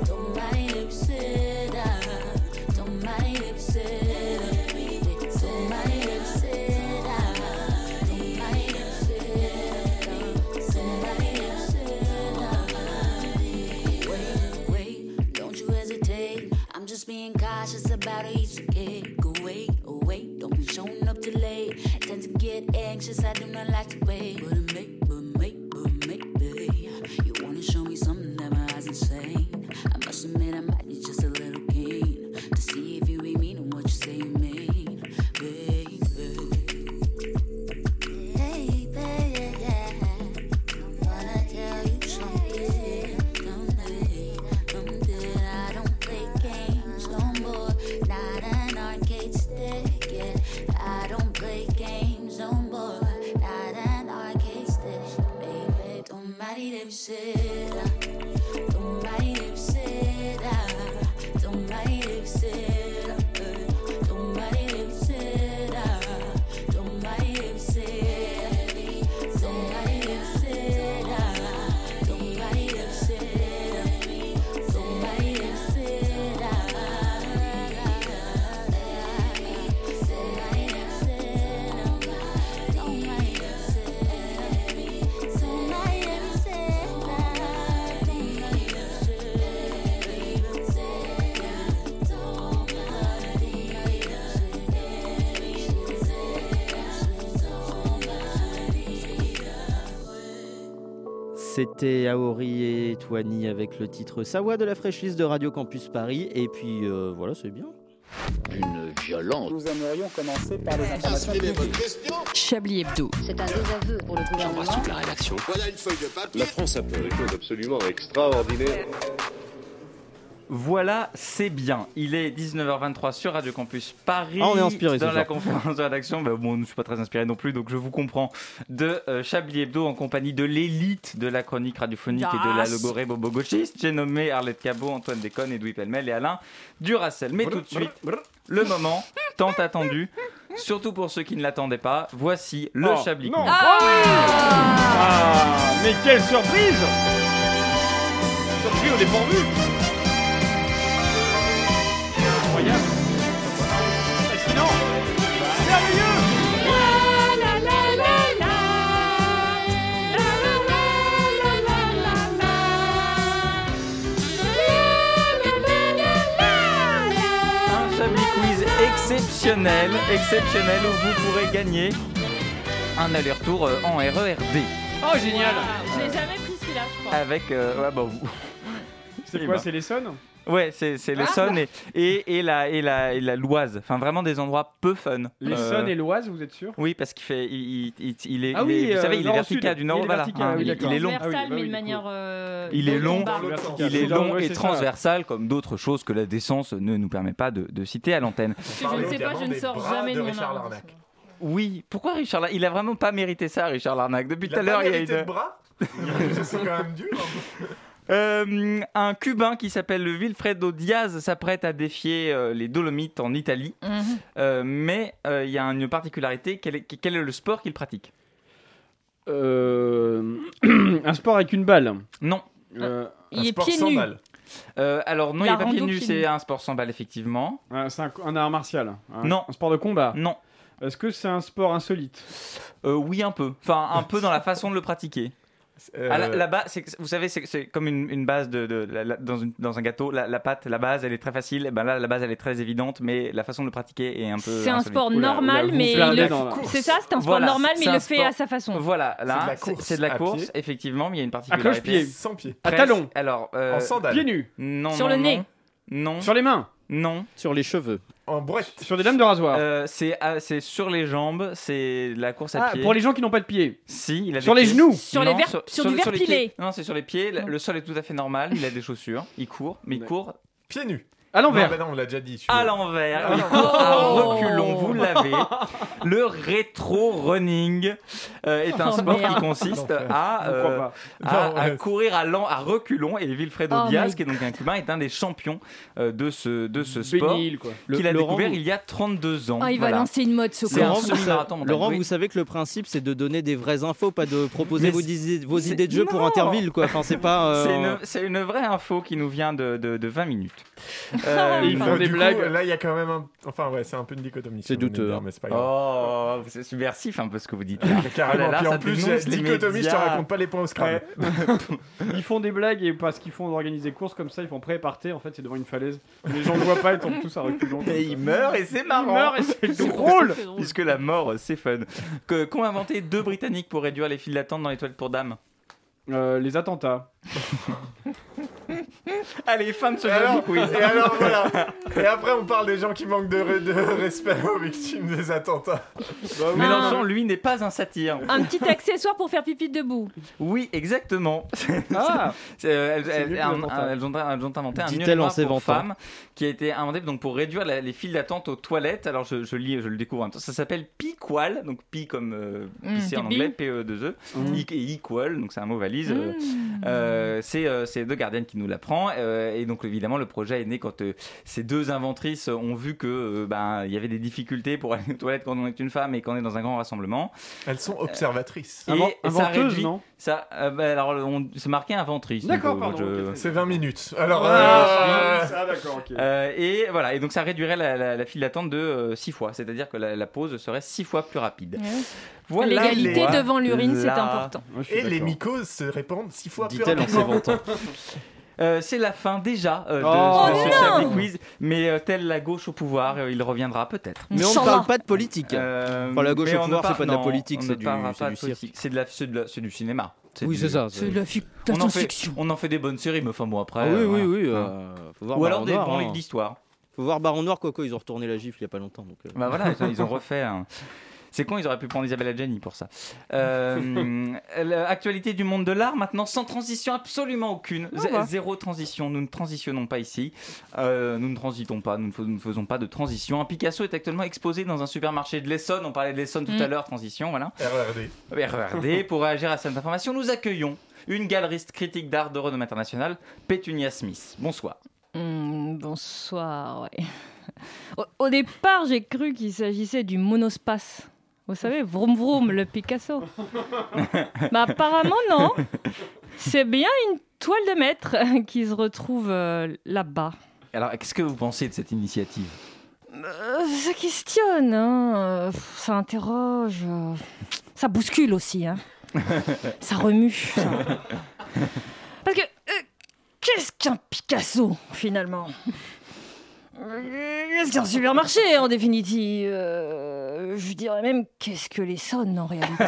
J: Don't mind every setup. Don't mind every setup. Don't mind every setup. Don't mind every setup. Don't mind every setup. Wait, wait, don't you hesitate. I'm just being cautious about each gig. Wait, oh wait, don't be showing up too late. Tend to get anxious, I do not like to wait. But make, but make, but make, babe. You wanna show me something that my eyes ain't seen. I must admit, I might be just a little keen to see if you be meaning what you say you mean, baby. Hey, baby, wanna tell you something. Someday, someday, I don't play games no more. Not an arcade stick. Yeah, I don't play games no more. Not an arcade stick, baby. Don't mind if you sit up. Don't mind if you sit up. Don't mind if you sit up. Don't mind if you sit up. Don't mind if you sit up. Don't mind if you sit up. Don't mind if you sit up.
D: C'était Aori et Toani avec le titre Sawa de la fraîche liste de Radio Campus Paris. Et puis euh, voilà, c'est bien.
F: D'une violence.
H: Nous aimerions commencer par les informations
I: Chablis Hebdo.
J: C'est un désaveu pour le gouvernement.
F: la rédaction. Voilà une feuille de papier. La France a peur.
B: Voilà, c'est bien. Il est 19h23 sur Radio Campus Paris.
D: Ah, on est inspiré ce
B: Dans la
D: soir.
B: conférence de rédaction, Bah, bon, je ne suis pas très inspiré non plus, donc je vous comprends. De euh, Chablis Hebdo en compagnie de l'élite de la chronique radiophonique et de la
C: Yes.
B: logorée bobo gauchiste. J'ai nommé Arlette Cabot, Antoine Déconne, Edoui Pellemel et Alain Duracel. Mais tout de suite, le moment tant attendu, surtout pour ceux qui ne l'attendaient pas, voici le
E: Oh,
B: Chablis.
E: non.
B: Quiz.
E: Ah, mais quelle surprise Surpris, on est pourvu Incroyable Fascinant Merveilleux
B: Un Chablis Quiz exceptionnel, exceptionnel où vous pourrez gagner un aller-retour euh, en RERD
E: Oh, génial
C: Je l'ai jamais pris celui-là, je crois.
B: avec euh, ouais, bah, vous-
E: C'est
B: Eh
E: quoi,
B: ben.
E: c'est les l'Essonne
B: Ouais, c'est c'est
E: Ah.
B: l'Essonne et, et, et la, et, la, et la Loise. Enfin, vraiment des endroits peu fun.
E: L'Essonne
B: Euh,
E: et l'Oise, vous êtes sûr
B: Oui, parce qu'il fait, il, il- il- il est,
E: Ah
B: il est-
E: oui,
B: vous
E: euh,
B: savez, il
E: dans
B: est
E: le
B: vertical
E: sud.
B: du nord
E: Il
B: au
E: est
B: bas là.
E: vertical,
B: Hein,
E: oui,
B: il,
E: d'accord.
B: il est long,
E: Ah oui, bah
C: Transversal,
E: oui,
C: mais de
E: du
C: manière.
E: coup.
C: euh,
B: Il est long.
C: barre.
E: Transversal.
B: il est
E: C'est dans-
B: long
E: ouais,
B: et
E: c'est ça.
B: transversal comme d'autres choses que la décence ne nous permet pas de- de citer à l'antenne.
C: Parce que je ne sais pas, je ne sors jamais de mon arbre.
B: Oui, pourquoi Richard Larnac Il a vraiment pas mérité ça, Richard Larnac. Depuis
A: Il
B: tout
A: a
B: à l'heure,
A: pas
B: il y a
A: mérité
B: une-
A: de bras (laughs) C'est quand même dur. hein.
B: Euh, un Cubain qui s'appelle Wilfredo Diaz s'apprête à défier euh, les Dolomites en Italie.
C: Mhm.
B: Euh, mais euh, il y a une particularité quel est, quel est le sport qu'il pratique
E: Euh, (clears throat) Un sport avec une balle.
B: Non.
E: Euh,
A: Un
C: Il est
A: sport
C: pieds
A: sans
C: nus.
A: balle.
B: Euh, alors, non,
C: La
B: il est pas pieds
C: rando
B: nus,
C: pieds
B: c'est
C: nus.
B: un sport sans balle, effectivement.
E: un- ah, c'est un, un art martial. Un-
B: Non.
E: Un sport de combat.
B: Non.
E: Est-ce que c'est un sport insolite
B: Euh, oui, un peu. Enfin, un peu dans la façon de le pratiquer. Ah, là-
A: Euh,
B: Là-bas, c'est- vous savez, c'est c'est comme une, une base de, de- la- la- dans, une- dans un gâteau. La, la pâte, la base, elle est très facile. Et ben là, la base, elle est très évidente, mais la façon de le pratiquer est un peu.
C: C'est un
B: insolite.
C: sport
E: Oula,
C: normal,
E: oula, vous
C: mais
E: vous
C: il
E: perdez
C: le-
E: dans la-
C: C'est ça, c'est un sport
B: Voilà,
C: normal, mais
B: c'est
C: il
B: un
C: le fait
B: sport-
C: à sa façon.
B: Voilà,
A: C'est de
B: là,
A: la
B: c'est
A: course
B: c'est de la
A: à
B: course,
A: pied.
B: effectivement, mais il y a une
E: cloche-pied.
B: particularité.
A: Euh, Sans pied.
E: À
B: Presque.
E: talons.
B: Alors, euh,
A: En sandales.
E: Pieds nus
B: non,
C: Sur
B: non,
C: le nez.
B: Non, non,
E: Sur les mains
B: Non.
D: Sur les cheveux.
A: En bref,
E: Sur des lames de rasoir.
B: Euh, c'est ah, c'est sur les jambes, c'est la course à
E: ah,
B: pied.
E: pour les gens qui n'ont pas de pied.
B: Si, il a des
E: Sur les
B: pieds.
E: genoux.
C: Sur les ver- sur du
B: les
C: verpilé.
B: pieds. Non, c'est sur les pieds. Le le sol est tout à fait normal. Il a des chaussures. Il court, mais il
E: Ouais.
B: court
A: pieds nus.
E: À
A: Non,
E: l'envers.
A: bah non, on l'a déjà dit. celui-là.
B: à l'envers.
A: Ah,
B: Il
A: non.
B: court à
C: Oh.
B: reculons. Vous l'avez. Le rétro running euh, est un
C: Oh,
B: sport
C: merde.
B: qui consiste
A: L'enfer.
B: à,
E: Je
B: euh,
E: crois pas.
B: à,
A: Non,
B: à
A: ouais.
B: courir à, lent, à reculons. Et Wilfredo
C: Oh
B: Diaz,
C: my
B: qui est donc un Cubain, est un des champions euh, de ce, de ce sport.
E: Bénil, quoi.
B: qu'il a
D: Laurent,
B: découvert
D: vous-
B: il y a 32 ans.
C: Ah, il va
B: Voilà.
C: lancer une mode, ce
B: C'est un
C: con.
D: Laurent, vous,
B: semi-marathon,
D: sa-
B: mon
D: Laurent,
B: oui.
D: vous savez que le principe, c'est de donner des vraies infos, pas de proposer
B: Mais
D: vos,
B: c'est-
D: idées- vos
B: c'est-
D: idées de jeu pour
B: non.
D: Interville, quoi. Enfin, c'est pas. euh,
B: C'est une, c'est une vraie info qui nous vient de, de, de 20 minutes. Euh,
E: Et ils
A: Enfin,
E: font
A: du
E: des
A: coup,
E: blagues.
A: Là, il y a quand même un. Enfin, ouais, c'est un peu une dichotomie.
D: C'est
A: si on est
D: douteux,
A: bien,
D: hein.
A: Mais c'est pas grave.
B: Oh, c'est subversif un peu ce que vous dites. là.
A: Ah, Carrément.
B: Oh là là,
A: Puis en
B: ça
A: plus,
B: dénonce les
A: dichotomie, je te
B: médias.
A: raconte pas les points au Scrabble.
E: Ouais. ils font des blagues et parce qu'ils font d'organiser des courses comme ça, ils font prêt et partez. En fait, c'est devant une falaise. Les gens ne voient pas, ils tombent tous à reculons.
B: (laughs)
E: comme
B: Et
E: ça.
B: il meurt et c'est
E: Ils
B: marrant.
E: meurent et c'est drôle.
B: Puisque la mort, c'est fun. Que- Qu'ont inventé deux Britanniques pour réduire les files d'attente dans les toilettes pour dames
E: Euh, les attentats.
B: Allez, fin de ce
A: Et
B: jeu
A: alors, (laughs)
B: du quiz.
A: et alors, voilà. Et après, on parle des gens qui manquent de, re- de respect aux victimes des attentats.
B: Mélenchon, lui, n'est pas un satire.
C: Un petit accessoire pour faire pipi debout.
B: Oui, exactement.
E: Ah,
B: C'est, euh, elles,
E: C'est
B: elles-
E: mieux que
B: un-
E: l'attentat.
B: un- elles ont, elles ont inventé un
D: Dit-elle
B: urinoir
D: en s'éventant.
B: pour femmes qui a été inventé donc pour réduire la- les files d'attente aux toilettes. Alors je, je lis, je le découvre. en même temps. Ça s'appelle Piqual, donc pi comme euh,
C: Mm,
B: pisser en
C: pipi.
B: anglais, P-E-2-E, E.
E: Mm.
B: I- et equal, donc c'est un mot valise. euh,
C: Mmh.
B: euh, c'est euh, c'est The Guardian qui nous l'apprend euh, et donc évidemment le projet est né quand euh, ces deux inventrices ont vu que euh, ben, il y avait des difficultés pour (laughs) aller aux toilettes quand on est une femme et quand on est dans un grand rassemblement
A: Elles sont observatrices.
B: et
E: Invent-
B: ça
E: Ah, inventeuse,
B: réduit-
E: non
B: ça euh, ben, alors on- c'est marqué inventrice donc,
E: D'accord,
B: euh,
E: pardon.
B: je-
E: ok, très
A: C'est
E: bien.
A: 20 minutes. Alors.
E: Ah,
A: euh,
E: ah, d'accord, ok.
B: Euh, et voilà, et donc ça réduirait la, la- la file d'attente de 6 fois, c'est-à-dire que la, la pause serait 6 fois plus rapide.
C: Ouais.
B: Voilà
C: L'égalité
B: les-
C: devant l'urine, c'est
B: Là.
C: important.
E: Moi, je suis
A: Et les
E: d'accord.
A: mycoses se répandent six fois plus
D: Dit-elle en hein.
A: rapidement.
D: s'éventant.
B: Euh, c'est la fin déjà euh, de
E: Oh.
B: ce-
E: Oh
B: ce Chablis
C: non
B: Quiz, mais euh, telle la gauche au pouvoir, euh, il reviendra peut-être.
D: Mais on ne
C: Sans
D: parle
C: main.
D: pas de politique.
B: Euh,
D: Enfin, la gauche
B: mais
D: au
B: on ne
D: pouvoir, c'est pas de la
B: non,
D: politique,
B: on
D: c'est
B: ne
D: du-
B: parlera
D: c'est
B: pas
D: du
B: de politique. C'est de la- c'est de la- c'est du cinéma.
D: oui,
B: du-
D: c'est ça.
C: C'est
D: c'est-
C: de la fic-
B: On en, fait,
C: fiction.
B: on en fait des bonnes séries, mais enfin bon, après.
D: Ah oui,
B: euh,
D: oui,
B: voilà.
D: oui. euh, faut voir
B: Ou alors
D: Baron
B: des
D: Noir,
B: bons
D: hein.
B: livres d'histoire.
D: Faut voir Baron Noir, Coco, ils ont retourné la gifle il y a pas longtemps. donc, euh.
B: Bah voilà, ils ont refait. un- C'est con, ils auraient pu prendre Isabelle Adjani pour ça. Euh, (laughs) Actualité du monde de l'art, maintenant sans transition absolument aucune. Zé- Zéro transition, nous ne transitionnons pas ici. Euh, nous ne transitons pas, nous ne, fais- nous ne faisons pas de transition. Un Picasso est actuellement exposé dans un supermarché de l'Essonne, on parlait de l'Essonne tout à
C: Mm.
B: l'heure, transition, voilà.
A: RRD.
B: RRD, pour réagir à cette information, nous accueillons une galeriste critique d'art de renommée internationale, Petunia Smith. Bonsoir.
C: Mmh, bonsoir, ouais. (laughs) Au, au départ, j'ai cru qu'il s'agissait du monospace. Vous savez, vroom vroom,
B: (laughs)
C: le Picasso. Mais apparemment, non. C'est bien une toile de maître (laughs) qui se retrouve euh, là-bas.
B: Alors, qu'est-ce que vous pensez de cette initiative
C: Euh, ça questionne, hein. euh, pff, ça interroge, euh, ça bouscule aussi, hein. ça remue. ça. Parce que euh, qu'est-ce qu'un Picasso finalement Euh, Qu'est-ce qu'un supermarché en définitive Euh, Je dirais même qu'est-ce que les sonnes en réalité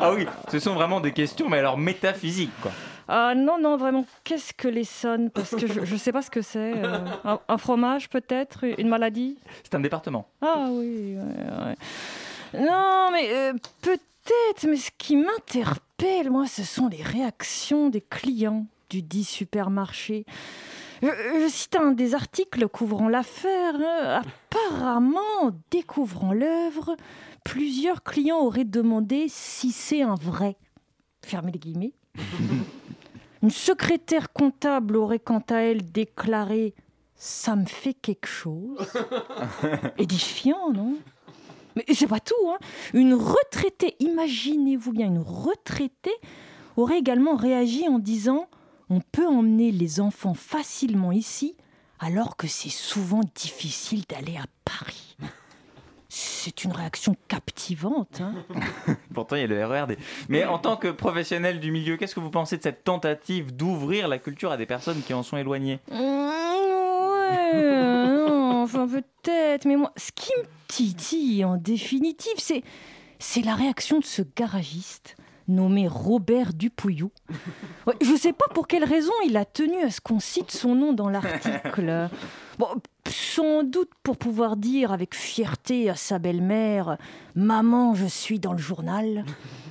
B: Ah oui, ce sont vraiment des questions, mais alors métaphysiques, quoi.
C: Ah non, non, vraiment, qu'est-ce que les sonnes Parce que je ne sais pas ce que c'est. euh, un- un fromage peut-être Une maladie
B: C'est un département.
C: Ah oui, ouais, ouais. Non, mais euh, peut-être, mais ce qui m'interpelle, moi, ce sont les réactions des clients du dit supermarché. Je, je cite un des articles couvrant l'affaire. hein. Apparemment, en découvrant l'œuvre, plusieurs clients auraient demandé si c'est un vrai. Fermez les guillemets. Une secrétaire comptable aurait quant à elle déclaré Ça me fait quelque chose. (laughs) Édifiant, non Mais c'est pas tout, hein Une retraitée, imaginez-vous bien, une retraitée aurait également réagi en disant On peut emmener les enfants facilement ici, alors que c'est souvent difficile d'aller à Paris. C'est une réaction captivante, hein
B: Pourtant, il y a le RERD. Mais en tant que professionnel du milieu, qu'est-ce que vous pensez de cette tentative d'ouvrir la culture à des personnes qui en sont éloignées
C: Mmh, ouais, non, enfin peut-être, mais moi, ce qui me titille en définitive, c'est, c'est la réaction de ce garagiste nommé Robert Dupouillou. Ouais, je sais pas pour quelle raison il a tenu à ce qu'on cite son nom dans l'article. Bon, sans doute pour pouvoir dire avec fierté à sa belle-mère Maman, je suis dans le journal.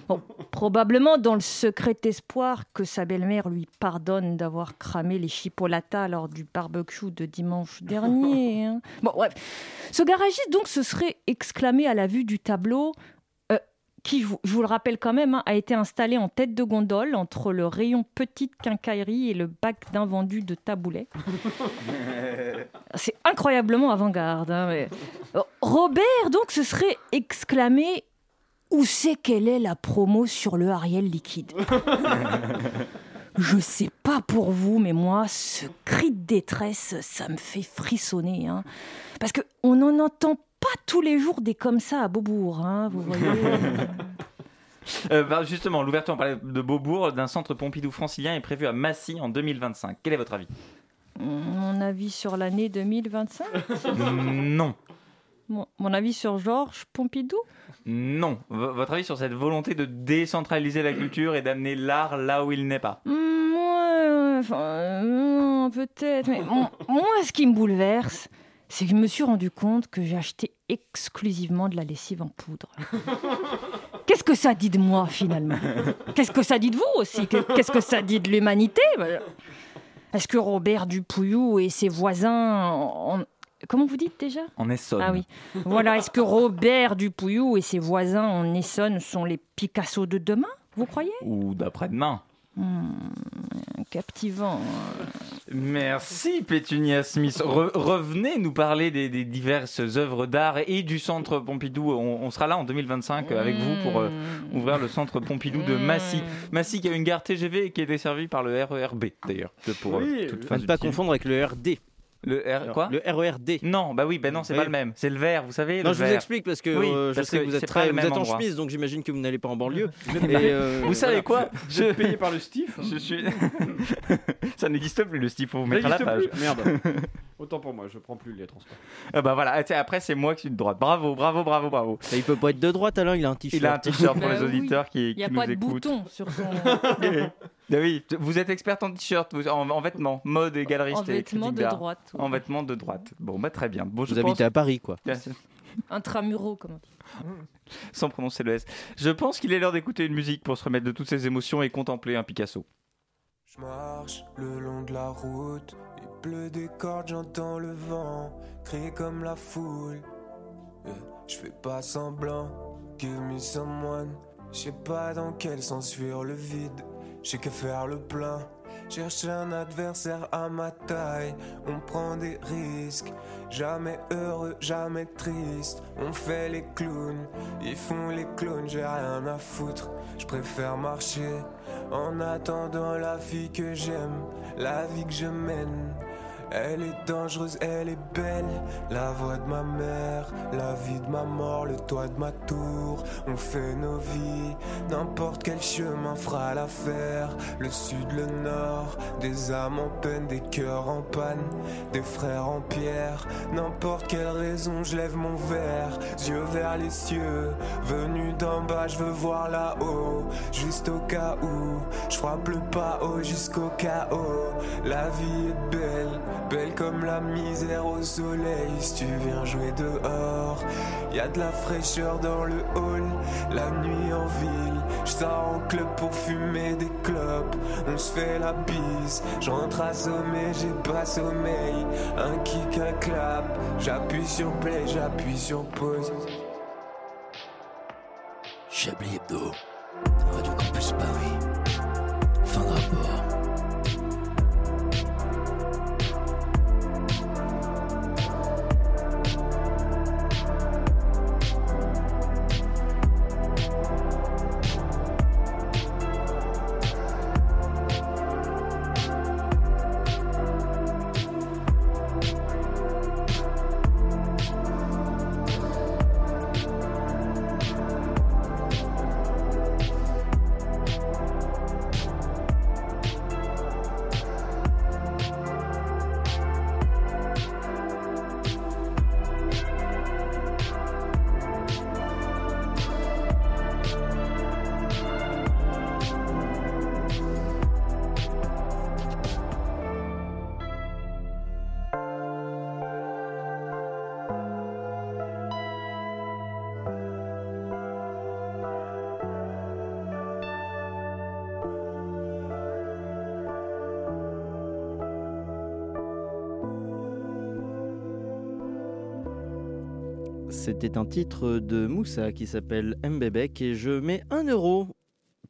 C: Bon, probablement dans le secret espoir que sa belle-mère lui pardonne d'avoir cramé les chipolatas lors du barbecue de dimanche dernier. hein. Bon, bref. Ce garagiste, donc, se serait exclamé à la vue du tableau euh, qui, je vous- je vous le rappelle quand même, hein, a été installé en tête de gondole entre le rayon petite quincaillerie et le bac d'invendus de taboulet. C'est incroyablement avant-garde. hein, mais- Robert, donc, se serait exclamé Où c'est qu'elle est la promo sur le Ariel liquide Je sais pas pour vous, mais moi, ce cri de détresse, ça me fait frissonner. hein. Parce qu'on n'en entend pas tous les jours des comme ça à Beaubourg, hein, vous voyez.
B: Euh, bah, justement, l'ouverture, on parlait de Beaubourg, d'un centre Pompidou francilien est prévu à Massy en 2025. Quel est votre avis
C: Mon avis sur l'année 2025
B: Non,
C: mon, mon avis sur Georges Pompidou
B: non. V- votre avis sur cette volonté de décentraliser la culture et d'amener l'art là où il n'est pas
C: Hmm, Moi, enfin, euh, non, peut-être. Mais mon- moi, ce qui me bouleverse, c'est que je me suis rendu compte que j'ai acheté exclusivement de la lessive en poudre. Qu'est-ce que ça dit de moi, finalement Qu'est-ce que ça dit de vous aussi Que- Qu'est-ce que ça dit de l'humanité Voilà. Est-ce que Robert Dupouillou et ses voisins... en- en- Comment vous dites déjà
B: En Essonne.
C: ah oui. Voilà, est-ce que Robert Dupouillou et ses voisins en Essonne sont les Picasso de demain, vous croyez
B: Ou d'après-demain.
C: Hmm, Captivant.
B: Merci Pétunia Smith. Re- revenez nous parler des, des diverses œuvres d'art et du centre Pompidou. On, on sera là en 2025 euh, avec vous pour euh,
D: Mmh.
B: ouvrir le centre Pompidou
C: Hmm,
B: de Massy. Massy qui a une gare TGV et qui est desservie par le RERB d'ailleurs. de- Pour euh,
E: Oui,
B: toute
D: À
B: fin
D: ne Ah. pas
B: utile.
D: confondre avec le RD.
B: Le R Euh, quoi
D: Le E RERD.
B: Non, bah oui, bah non, c'est
D: Oui.
B: pas le même. C'est le vert, vous savez.
D: Non,
B: le
D: je vous
B: vert.
D: explique parce que
B: Oui,
D: euh, je
B: parce
D: sais
B: que
D: que vous êtes,
B: c'est pas
D: très-
B: le
D: vous
B: même
D: êtes en
B: endroit.
D: chemise, donc j'imagine que vous n'allez pas
B: (laughs)
D: en banlieue.
E: êtes
D: Et, euh,
B: Vous savez quoi
E: Vous
B: Je,
E: êtes payé par le STIF
B: je suis. (laughs) Ça n'existe plus le style, faut vous mettre
E: Ça
B: à la
E: existe
B: page.
E: plus Merde. Autant pour moi, je prends plus les transports.
B: Ah bah voilà, tiens, après c'est moi qui suis de droite. Bravo, bravo, bravo, bravo.
D: (laughs) bah, Il peut pas être de droite alors, il a un t-shirt.
B: Il a un t-shirt pour
C: Bah
B: les
C: oui.
B: auditeurs qui,
C: Il n'y a
B: qui
C: pas
B: nous
C: de
B: écoutent.
C: bouton
B: (laughs)
C: sur son
B: Ah oui, t- vous êtes experte en t-shirt, vous- en, en vêtements, mode et galerie.
C: en vêtement de droite.
B: En vêtements de droite. Bon, bah très bien. Bon, je
D: Vous
B: pense- euh,
D: habitez à Paris quoi.
C: Intramuraux, comme on dit.
B: Sans prononcer le S. Je pense qu'il est l'heure d'écouter une musique pour se remettre de toutes ses émotions et contempler un Picasso.
J: Je marche le long de la route, il pleut des cordes, j'entends le vent, crier comme la foule. Euh, Je fais pas semblant, give me someone. Je sais pas dans quel sens fuir le vide, je sais que faire le plein. Cherche un adversaire à ma taille, on prend des risques. Jamais heureux, jamais triste, on fait les clowns. Ils font les clowns, j'ai rien à foutre, je préfère marcher. En attendant la fille que j'aime, la vie que je mène. Elle est dangereuse, elle est belle. La voix de ma mère, la vie de ma mort, le toit de ma tour. On fait nos vies, n'importe quel chemin fera l'affaire. Le sud, le nord, des âmes en peine, des cœurs en panne, des frères en pierre. N'importe quelle raison, je lève mon verre, yeux vers les cieux. Venu d'en bas, je veux voir là-haut, juste au cas où. Je frappe le pas haut jusqu'au chaos. La vie est belle, belle comme la misère au soleil. Si tu viens jouer dehors, y a de la fraîcheur dans le hall. La nuit en ville, je sors en club pour fumer des clopes. On se fait la bise, je rentre assommé, j'ai pas sommeil. Un kick, un clap, j'appuie sur play, j'appuie sur pause.
G: Chablis Hebdo, Radio Campus Paris, fin de rapport.
D: C'était un titre de Moussa qui s'appelle Mbebek et je mets un euro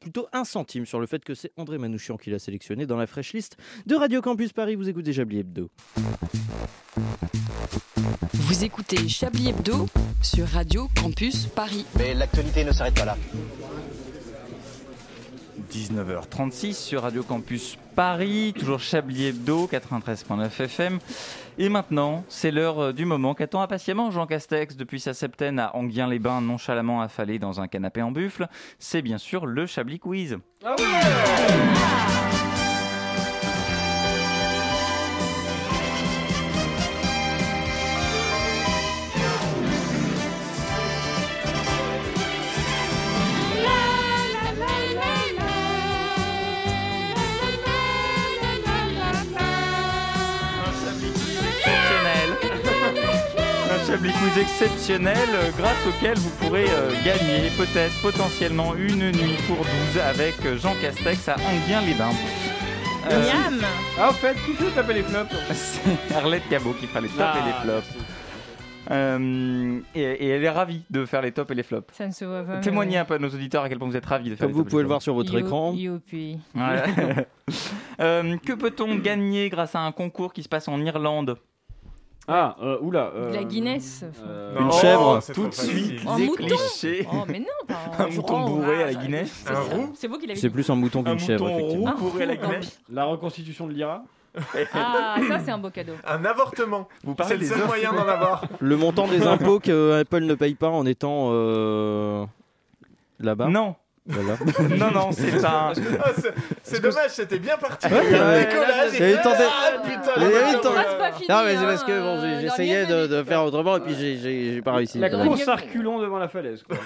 D: plutôt un centime sur le fait que c'est André Manouchian qui l'a sélectionné dans la fresh list de Radio Campus Paris. Vous écoutez Chablis Hebdo.
I: Vous écoutez Chablis Hebdo sur Radio Campus Paris.
G: Mais l'actualité ne s'arrête pas là.
B: 19h36 sur Radio Campus Paris, toujours Chablis Hebdo, 93.9 FM. Et maintenant, c'est l'heure euh, du moment qu'attend impatiemment Jean Castex depuis sa septaine à Anguien-les-Bains, nonchalamment affalé dans un canapé en buffle. C'est bien sûr le Chablis Quiz. exceptionnel. (laughs) Un Chablis Quiz exceptionnel euh, grâce auquel vous pourrez euh, gagner peut-être potentiellement une nuit pour 12 avec euh, Jean Castex à Anguien-les-Bains. Euh,
E: Miam. Ah, en fait, qui fait taper les flops
B: (laughs) c'est Arlette Cabot qui fera les tops
E: Ah,
B: et les flops. Euh, et, et elle est ravie de faire les tops et les flops.
C: Ça ne se voit pas.
B: Témoignez un peu à nos auditeurs à quel point vous êtes ravis de faire les
D: Comme vous
B: tops et
D: pouvez
B: les
D: le
B: flops.
D: voir sur votre écran.
C: Youpi.
B: Voilà. (laughs) Euh, que peut-on gagner grâce à un concours qui se passe en Irlande
E: Ah, euh, oula.
C: De
E: euh,
C: la Guinness.
E: euh,
B: Une
A: Oh,
B: chèvre
A: c'est trop
B: Tout de suite,
A: facile.
C: En
B: les
C: mouton
B: clichés. (laughs)
C: Oh, mais non, pas en-
B: Un mouton
C: Oh,
B: bourré à la
C: ah,
B: Guinness.
C: c'est
A: Un
C: ça.
A: roux.
C: C'est vous qui l'avez
D: C'est
C: dit.
D: plus un mouton
B: Un
D: qu'une chèvre,
B: mouton roux
D: effectivement.
B: bourré à la Guinness.
E: La reconstitution de l'IRA
C: Ah, ça, c'est un beau cadeau.
A: Un avortement.
B: Vous
A: C'est
B: parlez
A: le
B: des
A: seul
B: offres-
A: moyen d'en avoir.
D: Le montant des impôts que Apple ne paye pas en étant euh, là-bas.
B: Non,
D: Voilà.
B: hein (laughs) non, non, c'est
A: (laughs)
B: un.
A: Ah, c'est- c'est dommage, c'était bien parti.
D: Ouais,
A: Un
D: ouais.
A: décollage
D: J'avais
A: et-
D: tenté-
A: Ah, putain,
D: J'avais
A: la voiture,
D: tenté-
C: Ah,
A: euh,
C: c'est pas fini,
D: Non, mais c'est
C: hein,
D: parce que bon, j'ai-
C: euh,
D: j'essayais
C: dans
D: de,
C: le
D: de faire autrement et puis j'ai- j'ai j'ai pas réussi.
E: La
C: Dans
D: Voilà.
C: le
E: course
C: milieu.
E: à reculons devant la falaise. Quoi.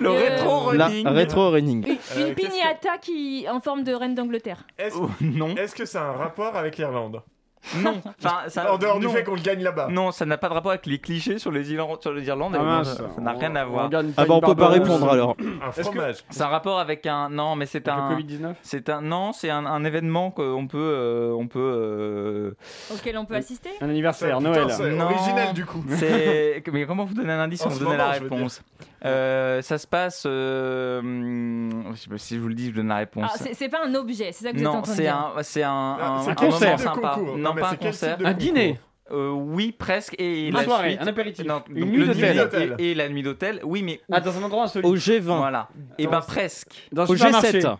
B: Le
C: Euh,
B: rétro
D: La
B: running.
D: rétro running.
C: Une,
A: Euh,
C: une
A: qu'est-ce que-
C: piñata qui en forme de reine d'Angleterre.
A: Est-ce
B: Oh, non,
A: est-ce que ça a un rapport avec l'Irlande
B: (laughs) non.
A: (laughs)
B: Enfin, ça,
A: En dehors
B: non.
A: du fait qu'on le gagne là-bas.
B: Non, ça n'a pas de rapport avec les clichés sur les, Irlandais sur les Irlandais.
E: Ah,
B: Non,
E: mince.
B: ça ça n'a rien à
E: On
B: voir.
E: regarde une
D: Ah bah on peut pas
E: Barbara
D: répondre
E: Streisand.
D: alors.
B: Mm.
A: Un
E: Est-ce que-
A: fromage.
B: C'est un rapport avec un. Non, mais c'est
E: Avec
B: un.
E: le Covid-19
B: C'est un non, c'est un, un événement qu'on peut, euh, on peut.
E: (laughs)
B: euh,
C: Auquel on peut
E: Oui.
C: assister
E: Un anniversaire,
A: Putain,
E: Noël.
A: C'est
B: Non.
A: original du coup.
B: c'est. Mais comment vous donner un indice
A: En
B: sans vous
A: ce
B: donner
A: moment,
B: la
A: je veux
B: réponse Euh, Ça se passe. euh, hum, je sais pas si je vous le dis, je donne la réponse.
C: Ah, c'est c'est pas un objet, c'est ça que vous êtes en
B: non,
C: train de
B: c'est
C: dire.
B: un, c'est un,
A: Ah,
B: un,
A: c'est
B: un
E: quel
B: moment
E: type
A: de
B: sympa.
A: concours
B: Non,
A: mais
B: pas
A: c'est
B: un
A: quel type
B: concert.
A: de
E: Un
A: concours
E: dîner.
B: Euh, oui, presque. Et
E: Une
B: la
E: soirée,
B: suite-
E: un apéritif,
B: Non,
E: une
B: donc
E: nuit
B: le
E: d'hôtel.
B: dîner Et, et la nuit d'hôtel. Oui, mais où
E: Ah, dans un endroit insolite.
D: Au G20.
B: Voilà. Et ben
E: Dans-
B: presque.
E: Dans un
D: Au
E: supermarché.
D: G7.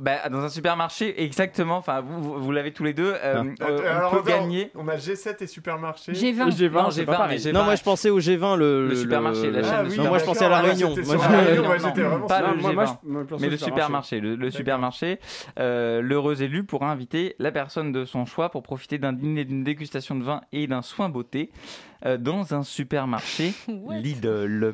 B: Bah, dans un supermarché, exactement. Enfin, vous, vous, vous l'avez tous les deux. euh,
E: Ah.
A: Attends,
B: euh,
A: alors,
B: on peut
A: attends,
B: gagner.
A: On a G7 et supermarché.
C: J'ai
E: Le
C: 20.
E: G20,
B: Non,
E: c'est
B: j'ai
E: pas
B: pas, mais
E: pareil.
B: j'ai
D: Non,
B: pas.
D: moi je pensais au G20, le,
B: Le supermarché,
A: de
B: la chaîne
D: Non, moi je
A: supermarché.
D: pensais à la
A: Ah, là,
D: Réunion.
A: c'était
D: Moi,
A: sur
D: je-
A: la Réunion,
B: Non,
A: ouais,
B: non,
A: j'étais vraiment
B: pas
A: sur-
B: le
E: Moi,
B: G20.
E: moi, je me place
B: Mais
E: au
B: le supermarché, le, le supermarché, euh, l'heureux élu pourra inviter la personne de son choix pour profiter d'un dîner, d'une dégustation de vin et d'un soin beauté euh, dans un supermarché
C: What
B: Lidl.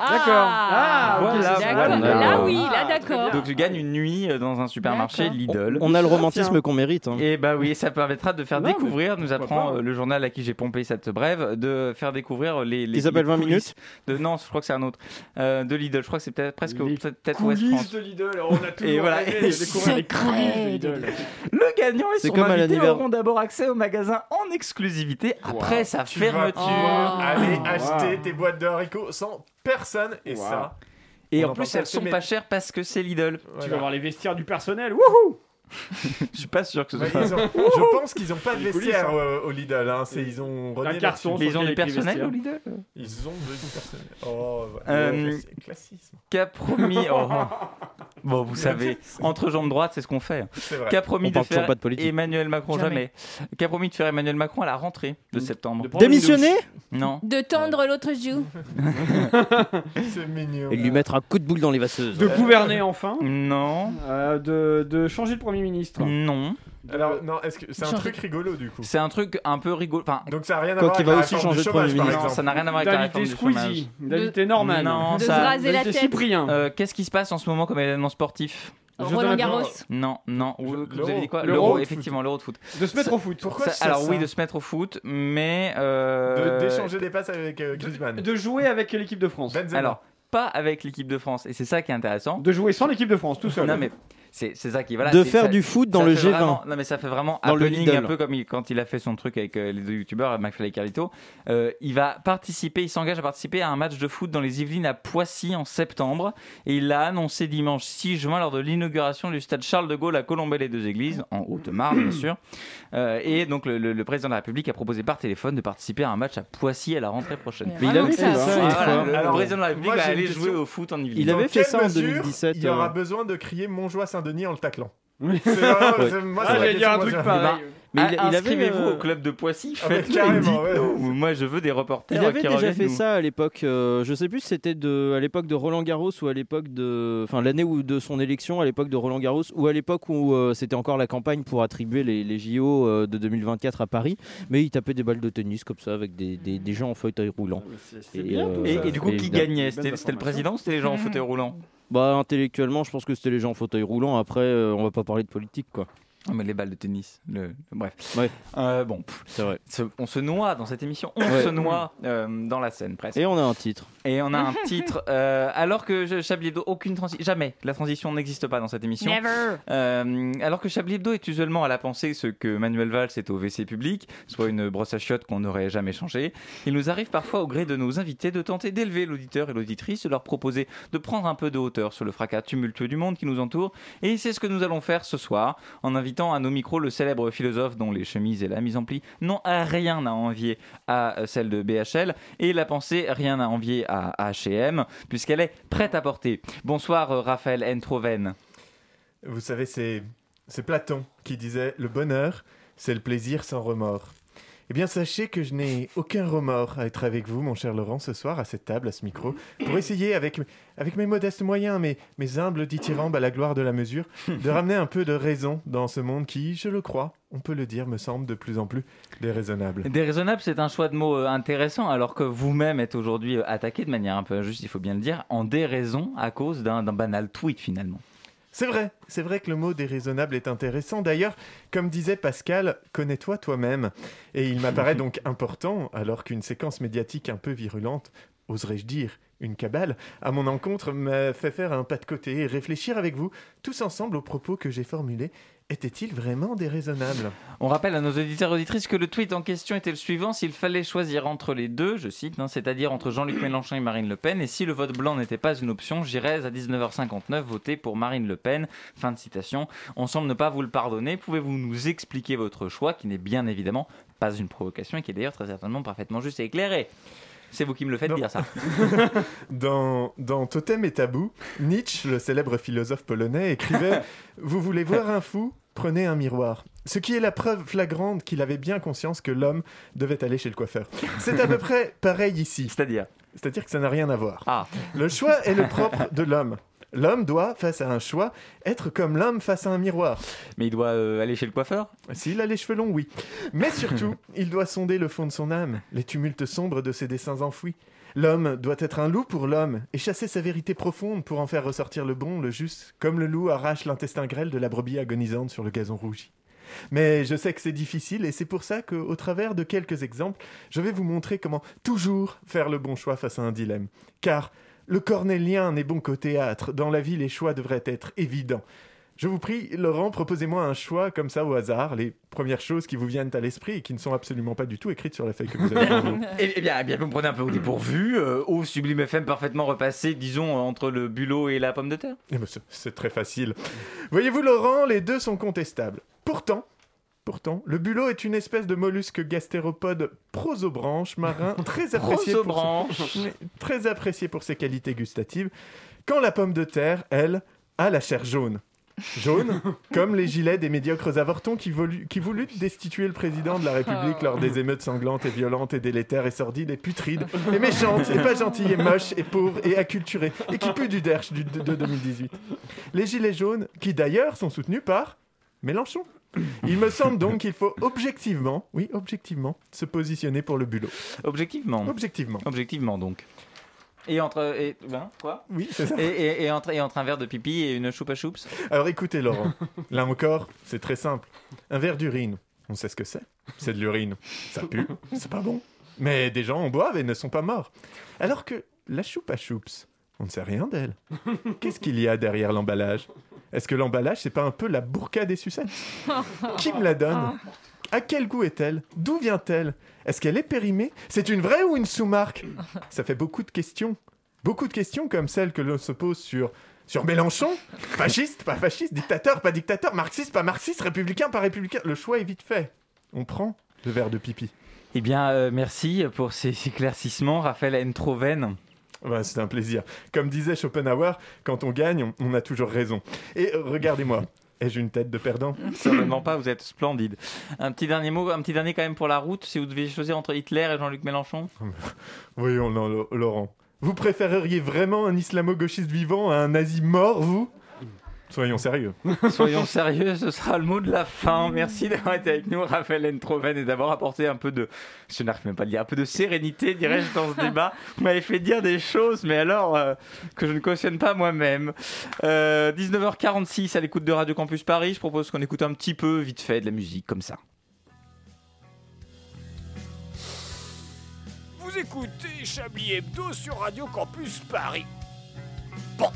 C: Ah,
E: D'accord. Ah,
C: ok,
B: voilà,
C: d'accord.
B: voilà.
C: Là, oui, là,
E: Ah, très
C: d'accord.
B: Donc tu gagnes une nuit euh, dans un supermarché
C: D'accord.
B: Lidl.
D: On a le
E: Ah, tiens.
D: romantisme qu'on mérite. hein.
B: Et bah oui, ça permettra de faire
E: Non, mais
B: découvrir, nous
E: pourquoi
B: apprend
E: pas.
B: euh, le journal à qui j'ai pompé cette brève, de faire découvrir les. les
D: Qui s'appelle 20
B: coulisses de- non, je crois que c'est un autre. Euh, de Lidl, je crois que c'est peut-être presque
E: Les
B: peut-être West
E: Coulisses
B: France.
E: de Lidl. alors On a toujours
B: Et voilà.
E: rêvé
B: (laughs)
E: de découvrir les coulisses de Lidl.
B: Le gagnant et
D: C'est
B: son
D: comme à
B: invité
D: l'anniversaire.
B: auront d'abord accès au magasin en exclusivité après sa
A: Tu vas
B: fermeture.
A: pouvoir
C: Oh.
A: aller
E: Wow.
A: acheter tes boîtes de haricots sans personne et
E: Wow.
A: ça.
B: Et
A: On
B: en
A: en
B: plus,
A: parle
B: elles sont
A: mais-
B: pas chères parce que c'est Lidl.
E: Tu
A: voilà.
E: vas voir les vestiaires du personnel. Wouhou
B: Je suis pas sûr que ce
A: Ouais,
B: soit.
A: ils ont- je pense qu'ils n'ont pas de
E: Les coulisses,
A: vestiaire
E: hein.
A: euh, au Lidl. hein, c'est- ils ont
E: Un
A: renié là-dessus.
E: carton.
B: Mais ils ont
E: Sur
B: du
E: les
B: personnel
E: vestiaires.
B: au Lidl
A: Ils ont de personne. Oh, ouais,
B: Euh,
A: ouais, c'est classisme.
B: Qu'a promis. oh. Bon, vous savez, entre jambes droites, c'est ce qu'on fait.
A: C'est vrai.
B: Qu'a
D: On
B: promis de
D: parle toujours
B: faire
D: pas de politique.
B: Emmanuel Macron jamais. Qu'a promis de faire Emmanuel Macron à la rentrée de septembre.
E: De prendre une
D: Démissionner
B: Non.
C: De tendre l'autre joue.
A: C'est mignon.
D: Et lui mettre un coup de boule dans les vasseuses.
E: douche. De gouverner Euh, enfin.
B: Mm. Non.
E: Euh, de, de changer de Premier ministre.
B: Non.
A: Alors, non, est-ce que c'est un
C: Genre-
A: truc rigolo du coup
B: C'est un truc un peu rigolo. Enfin,
A: Donc ça n'a rien à
D: Quoi
A: voir
D: qu'il
A: avec
D: va
A: la
D: aussi
A: réforme
D: changer
A: du
D: de
A: chômage,
D: Premier
A: par
D: ministre.
B: non,
A: exemple.
B: ça n'a rien à voir avec la
E: D'inviter
B: réforme du chômage.
E: Squeezie, d'inviter Norman,
B: Non,
C: De
B: ça-
C: se raser la
E: d'inviter
C: tête.
E: Cyprien.
B: Euh, Qu'est-ce qui se passe en ce moment comme événement sportif
E: Jeux
C: Roland Garros.
E: Olympiques.
B: Non, non. Vous
A: Je-
B: vous avez dit quoi
E: l'euro. L'euro
B: L'euro,
E: de
B: effectivement, l'euro de foot.
E: De se mettre au foot.
A: Pourquoi
B: Ça-
A: tu sais
B: alors
A: ça
B: oui, de se mettre au foot, mais
A: De-
B: euh,
A: D'échanger des passes avec euh, Griezmann.
E: De jouer avec l'équipe de France.
A: Benzema.
B: alors pas avec l'équipe de France et c'est ça qui est intéressant.
E: De jouer sans l'équipe de France, tout seul.
B: Non mais C'est c'est ça qui voilà.
D: De
B: c'est-
D: faire
B: ça-
D: du foot dans
B: ça
D: le
B: fait
D: G20.
B: vraiment- non mais ça fait vraiment
D: Dans le
B: happening
D: Lidl.
B: un peu comme il- quand il a fait son truc avec euh, les deux youtubeurs McFly et Carlito. Euh, il va participer, il s'engage à participer à un match de foot dans les Yvelines à Poissy en septembre et il l'a annoncé dimanche 6 juin lors de l'inauguration du stade Charles de Gaulle à Colombey-les-Deux-Églises en Haute-Marne bien sûr. Euh, et donc le, le- le président de la République a proposé par téléphone de participer à un match à Poissy à la rentrée prochaine.
D: Mais il avait fait ça une
B: Ah,
D: fois.
B: voilà, le- le
A: Alors,
B: président de la République
A: moi,
B: va
A: j'ai
B: aller
A: une
B: jouer
A: question.
B: au foot en Yvelines.
D: Il avait
A: Dans
D: fait
A: quelle
D: ça en
A: mesure
D: 2017,
A: Il y aura
D: euh.
A: besoin de crier Montjoie Saint-Denis en le taclant.
E: Oui.
A: C'est vraiment-
D: Ouais.
A: c'est- moi,
E: Ah,
A: c'est la
E: j'allais dire un
A: question,
E: truc
A: moi,
B: pareil.
E: pareil.
D: Eh ben, Mais il, il avait,
B: Inscrivez-vous
D: euh,
B: au club de Poissy,
A: Ah, mais
B: faites le
A: carrément, ouais.
B: dites-nous. Moi, je veux des reporters
D: Il avait
B: qui
D: déjà
B: reviennent
D: fait
B: nous-
D: ça à l'époque, euh, je sais plus si c'était de, à l'époque de Roland Garros ou à l'époque de. Enfin, l'année où- de son élection, à l'époque de Roland Garros, ou à l'époque où euh, c'était encore la campagne pour attribuer les, les JO euh, de 2024 à Paris, mais il tapait des balles de tennis comme ça avec des, des- des gens en fauteuil roulant.
E: C'est
D: Et,
E: bien,
D: euh,
E: tout ça.
B: Et, et du coup, qui
D: Évidemment.
B: gagnait
E: Bonne
B: C'était c'était le
E: information.
B: président ou c'était les gens en fauteuil roulant
D: Bah, intellectuellement, je pense que c'était les gens en fauteuil roulant. Après, euh, on va pas parler de politique, quoi.
B: Non, Ah, mais les balles de tennis. le- Bref.
D: Ouais.
B: Euh, bon, pff,
D: C'est vrai.
B: se- on se noie dans cette émission. On
D: Ouais.
B: se noie euh, dans la scène, presque.
D: Et on a un titre.
B: Et on a un titre. euh, alors que je- Chablis Hebdo, aucune transition. Jamais. La transition n'existe pas dans cette émission.
C: Never.
B: Euh, alors que Chablis Hebdo est usuellement à la pensée ce que Manuel Valls est au WC public, soit une brosse à chiottes qu'on n'aurait jamais changée, il nous arrive parfois au gré de nos invités de tenter d'élever l'auditeur et l'auditrice, de leur proposer de prendre un peu de hauteur sur le fracas tumultueux du monde qui nous entoure, et c'est ce que nous allons faire ce soir, en invitant à nos micros le célèbre philosophe dont les chemises et la mise en pli n'ont à rien à envier à euh, celle de BHL, et la pensée rien à envier à H&M, puisqu'elle est prête à porter. Bonsoir euh, Raphaël Entroven.
A: Vous savez, c'est c'est Platon qui disait le bonheur, c'est le plaisir sans remords. Eh bien, sachez que je n'ai aucun remords à être avec vous, mon cher Laurent, ce soir, à cette table, à ce micro, pour essayer, avec, avec mes modestes moyens, mes, mes humbles dithyrambes à la gloire de la mesure, de ramener un peu de raison dans ce monde qui, je le crois, on peut le dire, me semble de plus en plus déraisonnable.
B: Déraisonnable, c'est un choix de mots euh, intéressant, alors que vous-même êtes aujourd'hui euh, attaqué de manière un peu injuste, il faut bien le dire, en déraison à cause d'un d'un banal tweet finalement.
A: C'est vrai, c'est vrai que le mot déraisonnable est intéressant. D'ailleurs, comme disait Pascal, connais-toi toi-même. Et il m'apparaît donc important, alors qu'une séquence médiatique un peu virulente, oserais-je dire, une cabale, à mon encontre m'a fait faire un pas de côté et réfléchir avec vous, tous ensemble, aux propos que j'ai formulés. Était-il vraiment déraisonnable
B: On rappelle à nos auditeurs et auditrices que le tweet en question était le suivant s'il fallait choisir entre les deux, je cite, hein, c'est-à-dire entre Jean-Luc Mélenchon et Marine Le Pen, et si le vote blanc n'était pas une option, j'irais à 19h59 voter pour Marine Le Pen. Fin de citation. On semble ne pas vous le pardonner. Pouvez-vous nous expliquer votre choix, qui n'est bien évidemment pas une provocation et qui est d'ailleurs très certainement parfaitement juste et éclairé C'est vous qui me le faites
A: Non.
B: dire ça.
A: dans, dans Totem et Tabou, Nietzsche, le célèbre philosophe polonais, écrivait Vous voulez voir un fou Prenez un miroir. Ce qui est la preuve flagrante qu'il avait bien conscience que l'homme devait aller chez le coiffeur. C'est à peu près pareil ici.
B: C'est-à-dire.
A: C'est-à-dire que ça n'a rien à voir.
B: Ah.
A: Le choix est le propre de l'homme. L'homme doit, face à un choix, être comme l'homme face à un miroir.
B: Mais il doit euh, aller chez le coiffeur
A: S'il a les cheveux longs, oui. Mais surtout, il doit sonder le fond de son âme, les tumultes sombres de ses desseins enfouis. L'homme doit être un loup pour l'homme et chasser sa vérité profonde pour en faire ressortir le bon, le juste, comme le loup arrache l'intestin grêle de la brebis agonisante sur le gazon rougi. Mais je sais que c'est difficile et c'est pour ça qu'au travers de quelques exemples, je vais vous montrer comment toujours faire le bon choix face à un dilemme. Car le cornélien n'est bon qu'au théâtre, dans la vie les choix devraient être évidents. Je vous prie, Laurent, proposez-moi un choix comme ça au hasard, les premières choses qui vous viennent à l'esprit et qui ne sont absolument pas du tout écrites sur la feuille que vous avez devant vous.
B: eh, eh bien, eh bien, vous me prenez un peu au dépourvu. euh, au Sublime FM parfaitement repassé, disons, euh, entre le bulot et la pomme de terre.
A: Eh ben, c'est- C'est très facile. Voyez-vous, Laurent, les deux sont contestables. Pourtant, pourtant, le bulot est une espèce de mollusque gastéropode prosobranche marin très apprécié pour son-
B: branche.
A: très apprécié pour ses qualités gustatives, quand la pomme de terre, elle, a la chair jaune. Jaune, comme les gilets des médiocres avortons qui, volu- qui voulurent destituer le président de la République lors des émeutes sanglantes et violentes et délétères et sordides et putrides et méchantes et pas gentilles et moches et pauvres et acculturées et qui puent du derche du- de de 2018. Les gilets jaunes, qui d'ailleurs sont soutenus par Mélenchon. Il me semble donc qu'il faut objectivement, oui, objectivement, se positionner pour le bulot.
B: Objectivement.
A: Objectivement.
B: Objectivement, donc. Et entre. Et, ben, quoi
A: Oui, c'est ça.
B: et, et- et entre, et entre un verre de pipi et une choupa choups
A: Alors écoutez Laurent, là encore, c'est très simple. Un verre d'urine, on sait ce que c'est. C'est de l'urine. Ça pue, c'est pas bon. Mais des gens en boivent et ne sont pas morts. Alors que la choupa choups, on ne sait rien d'elle. Qu'est-ce qu'il y a derrière l'emballage Est-ce que l'emballage, c'est pas un peu la burqa des sucettes Qui me la donne À quel goût est-elle D'où vient-elle Est-ce qu'elle est périmée C'est une vraie ou une sous-marque Ça fait beaucoup de questions. Beaucoup de questions comme celles que l'on se pose sur. Sur Mélenchon Fasciste, pas fasciste, dictateur, pas dictateur, marxiste, pas marxiste, républicain, pas républicain. Le choix est vite fait. On prend le verre de pipi.
B: Eh bien, euh, merci pour ces (laughs) éclaircissements, Raphaël Entroven.
A: Ouais, Bah, c'est un plaisir. Comme disait Schopenhauer, quand on gagne, on, on a toujours raison. Et euh, regardez-moi, ai-je une tête de perdant
B: Certainement pas, vous êtes splendide. Un petit dernier mot, un petit dernier quand même pour la route, si vous deviez choisir entre Hitler et Jean-Luc Mélenchon
A: Voyons, non, Lo- Laurent. Vous préféreriez vraiment un islamo-gauchiste vivant à un nazi mort, vous Soyons sérieux.
B: (laughs) Soyons sérieux, ce sera le mot de la fin. Merci d'avoir été avec nous, Raphaël Entroven, et d'avoir apporté un peu de, je n'arrive même pas à le dire, un peu de sérénité, dirais-je, dans (laughs) ce débat. Vous m'avez fait dire des choses, mais alors euh, que je ne cautionne pas moi-même. Euh, 19h46 à l'écoute de Radio Campus Paris. Je propose qu'on écoute un petit peu, vite fait, de la musique comme ça.
K: Vous écoutez Chablis Hebdo sur Radio Campus Paris. Bon.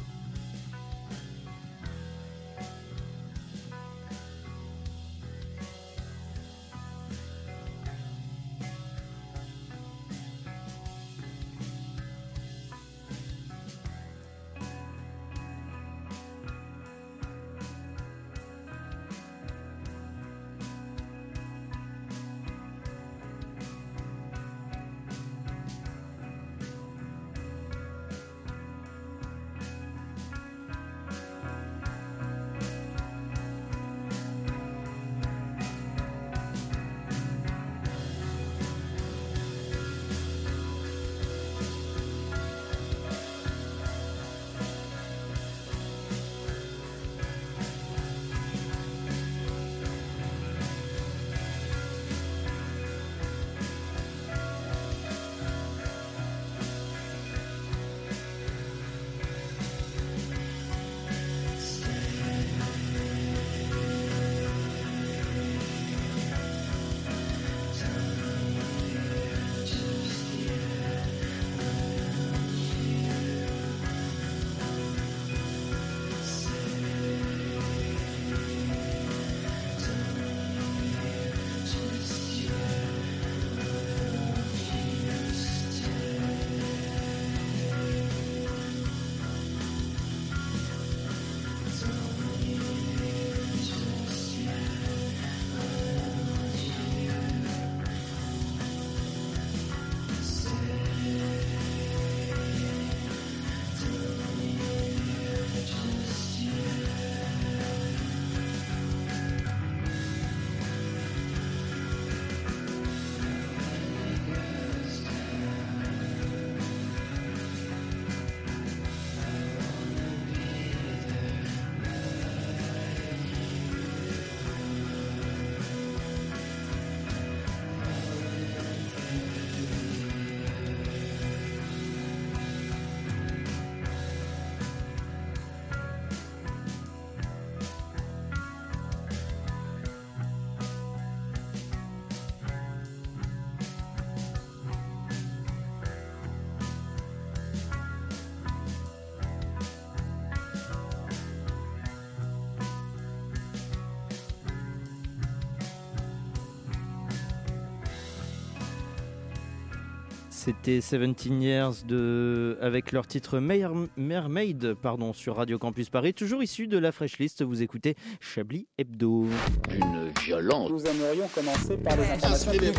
D: C'était 17 Years de... avec leur titre Mer- Mermaid pardon, sur Radio Campus Paris, toujours issu de la Fresh List. Vous écoutez Chablis Hebdo.
F: Une violence.
H: Nous aimerions commencer par les informations publiques.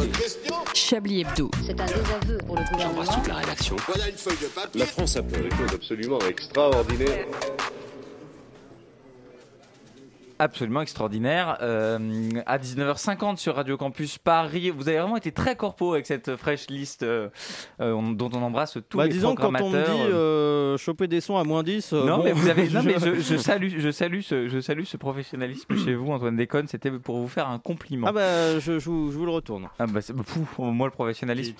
I: Chablis Hebdo.
L: C'est un désaveu pour le gouvernement.
F: toute la rédaction. Voilà une feuille de papier. La France a fait des choses absolument extraordinaires.
B: Absolument extraordinaire. Euh, à 19h50 sur Radio Campus Paris, vous avez vraiment été très corpo avec cette fresh list euh, euh, on- dont on embrasse tous
D: Bah,
B: les
D: disons, quand on me
B: programmateurs.
D: dit euh, choper des sons à moins 10. euh,
B: non,
D: bon,
B: mais vous avez. non,
D: (laughs)
B: mais je, je salue, je salue ce, je salue ce professionnalisme chez vous, Antoine Déconne. C'était pour vous faire un compliment.
D: Ah bah, je, je vous, je vous le retourne.
B: Ah bah, c'est- pouf, moi le professionnalisme.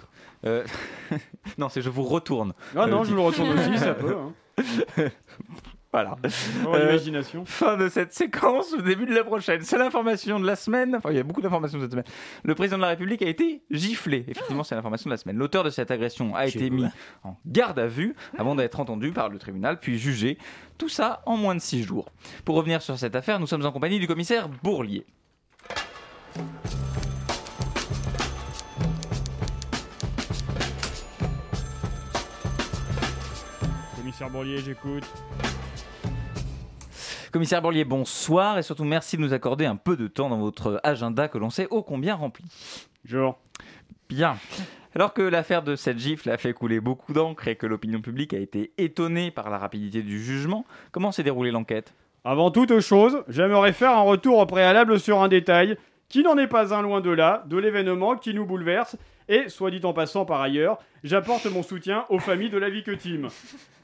B: Euh, (laughs) non, c'est je vous retourne.
E: Ah
B: Euh, (laughs)
E: non, hein. je vous le retourne aussi, ça peut,
B: Voilà.
D: Mmh.
E: Oh,
B: Euh,
E: l'imagination.
B: Fin de cette séquence, au début de la prochaine. C'est l'information de la semaine. Enfin, il y a beaucoup d'informations cette semaine. Le président de la République a été giflé. Effectivement, c'est l'information de la semaine. L'auteur de cette agression a été mis en garde à vue avant d'être entendu par le tribunal, puis jugé. Tout ça en moins de six jours. Pour revenir sur cette affaire, nous sommes en compagnie du commissaire Bourlier.
E: Commissaire Bourlier, j'écoute.
B: Commissaire Bourlier, bonsoir et surtout merci de nous accorder un peu de temps dans votre agenda que l'on sait ô combien rempli.
E: Bonjour.
B: Bien. Alors que l'affaire de cette gifle a fait couler beaucoup d'encre et que l'opinion publique a été étonnée par la rapidité du jugement, comment s'est déroulée l'enquête
E: Avant toute chose, j'aimerais faire un retour au préalable sur un détail qui n'en est pas un loin de là, de l'événement qui nous bouleverse. Et, soit dit en passant par ailleurs, j'apporte mon soutien aux familles de la victime.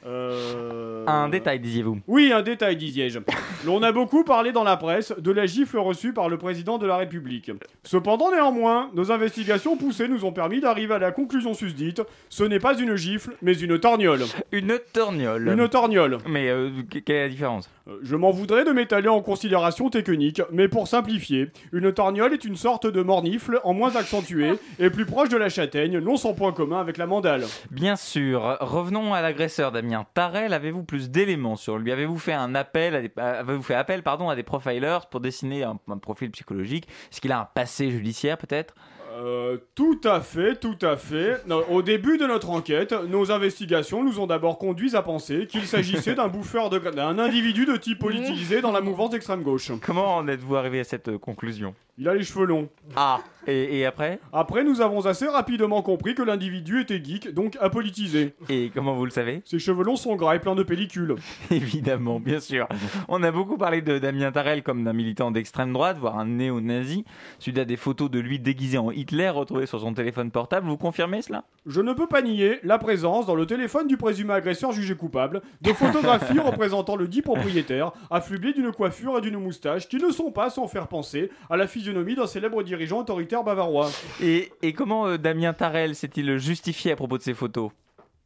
E: Euh...
B: Un détail, disiez-vous.
E: Oui, un détail, disais-je. On a beaucoup parlé dans la presse de la gifle reçue par le président de la République. Cependant, néanmoins, nos investigations poussées nous ont permis d'arriver à la conclusion susdite. Ce n'est pas une gifle, mais une torgnole.
B: Une torgnole.
E: Une torgnole.
B: Mais euh, que- quelle est la différence
E: Euh, Je m'en voudrais de m'étaler en considération technique, mais pour simplifier, une torgnole est une sorte de mornifle en moins accentué et plus proche de la châtaigne, non sans point commun avec la mandale.
B: Bien sûr. Revenons à l'agresseur Damien Tarel. Avez-vous plus d'éléments sur lui Avez-vous fait un appel, à des, avez-vous fait appel pardon, à des profilers pour dessiner un, un profil psychologique Est-ce qu'il a un passé judiciaire peut-être
E: Euh, tout à fait, tout à fait. Non, Au début de notre enquête, nos investigations nous ont d'abord conduits à penser qu'il s'agissait d'un bouffeur de gra- d'un individu de type politisé dans la mouvance d'extrême gauche.
B: Comment en êtes-vous arrivé à cette euh, conclusion
E: Il a les cheveux longs.
B: Ah, et, et après
E: Après, nous avons assez rapidement compris que l'individu était geek, donc apolitisé.
B: Et comment vous le savez (laughs)
E: Ses cheveux longs sont gras et pleins de pellicules.
B: Évidemment, bien sûr. On a beaucoup parlé de Damien Tarel comme d'un militant d'extrême droite, voire un néo-nazi, suite à des photos de lui déguisé en Hitler retrouvées sur son téléphone portable. Vous confirmez cela
E: Je ne peux pas nier la présence dans le téléphone du présumé agresseur jugé coupable de photographies représentant le dit propriétaire, affublé d'une coiffure et d'une moustache qui ne sont pas sans faire penser à la physionomie d'un célèbre dirigeant autoritaire bavarois.
B: et, et comment euh, Damien Tarel s'est-il justifié à propos de ces photos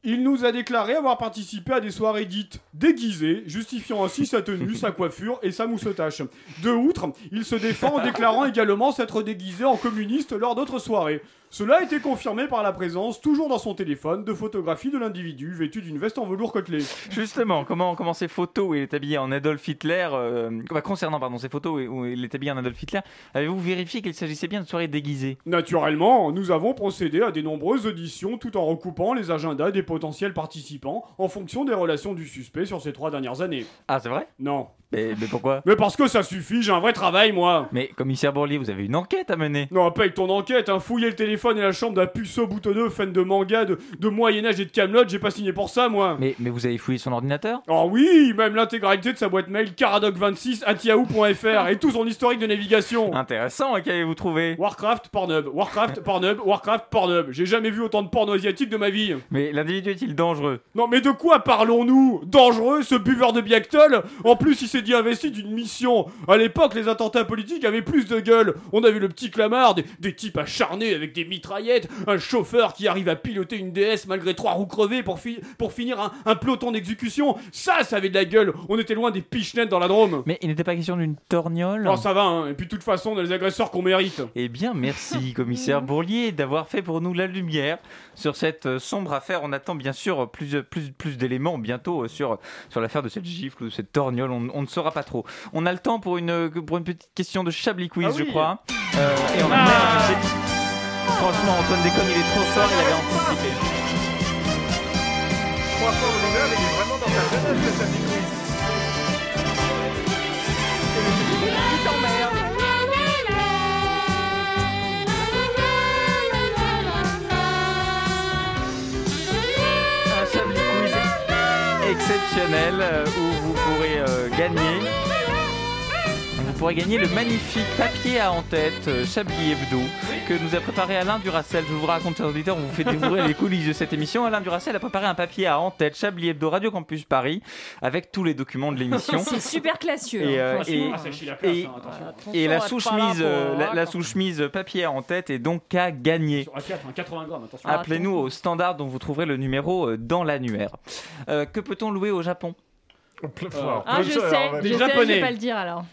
E: Il nous a déclaré avoir participé à des soirées dites déguisées, justifiant ainsi sa tenue, sa coiffure et sa moussetache. De outre, il se défend en déclarant également s'être déguisé en communiste lors d'autres soirées. Cela a été confirmé par la présence, toujours dans son téléphone, de photographies de l'individu vêtu d'une veste en velours côtelé.
B: Justement, comment, comment ces photos où il est habillé en Adolf Hitler, euh, bah, concernant pardon, ces photos où- où il est habillé en Adolf Hitler, avez-vous vérifié qu'il s'agissait bien de soirées déguisées
E: Naturellement, nous avons procédé à des nombreuses auditions tout en recoupant les agendas des potentiels participants en fonction des relations du suspect sur ces trois dernières années.
B: Ah, c'est vrai
E: Non.
B: mais, mais pourquoi
E: Mais parce que ça suffit, j'ai un vrai travail, moi
B: Mais commissaire Bourlier, vous avez une enquête à mener
E: Non, paye ton enquête, hein, fouiller le téléphone et la chambre d'un puceau boutonneux fan de manga, de, de Moyen-Âge et de Camelot, j'ai pas signé pour ça, moi
B: mais, mais vous avez fouillé son ordinateur
E: Ah oui, même l'intégralité de sa boîte mail caradoc26 at yahoo.fr et tout son historique de
B: Ah.
E: navigation
B: Intéressant, et qu'avez-vous trouvé
E: Warcraft, Pornhub, Warcraft, Pornhub, Warcraft, Pornhub. J'ai jamais vu autant de porno asiatique de ma vie.
B: Mais l'individu est-il dangereux
E: Non mais de quoi parlons-nous Dangereux ce buveur de Biactol En plus il s'est dit investi d'une mission. À l'époque les attentats politiques avaient plus de gueule. On avait le petit clamard, des, des types acharnés avec des mitraillettes, un chauffeur qui arrive à piloter une DS malgré trois roues crevées pour, fi- pour finir un, un peloton d'exécution. Ça, ça avait de la gueule. On était loin des pichenettes dans la Drôme.
B: Mais il n'était pas question d'une torgnole
E: Non ça va, hein. et puis de toute façon on a les agresseurs qu'on mérite.
B: Oh, Eh bien, (laughs) merci, commissaire Bourlier, d'avoir fait pour nous la lumière sur cette euh, sombre affaire. On attend bien sûr plus, euh, plus, plus d'éléments bientôt euh, sur, sur l'affaire de cette gifle ou de cette torgnole. On, on ne saura pas trop. On a le temps pour une, euh, pour une petite question de Chablis Quiz,
E: Ah
B: je
E: oui.
B: crois. Euh, et on a... Merde, j'ai- Franchement, Antoine Déconne, il est trop fort, il avait anticipé.
A: Trois fois au mineur, il est vraiment dans sa jeunesse, le samedi quiz.
B: Un Chablis Quiz exceptionnel euh, où vous pourrez euh, gagner. Vous pourrez gagner le magnifique papier à en tête euh, Chablis Hebdo que nous a préparé Alain Duracel. Je vous raconte, chers auditeurs, on vous fait découvrir les coulisses de cette émission. Alain Duracel a préparé un papier à en tête Chablis Hebdo Radio Campus Paris avec tous les documents de l'émission.
C: C'est super classieux.
B: Et,
C: hein,
B: euh,
C: franchement.
B: et-
E: Ah,
B: et- Et la sous-chemise, euh, la, la sous-chemise papier à en tête est donc à gagner.
E: Sur A4, hein, 80 grammes, attention.
B: Ah, Appelez-nous au standard dont vous trouverez le numéro euh, dans l'annuaire. Euh, que peut-on louer au Japon
A: Plein- alors,
C: Ah,
A: plein de
C: je
A: choses,
C: sais,
A: alors,
C: je
A: ouais.
C: sais, je vais pas le dire alors.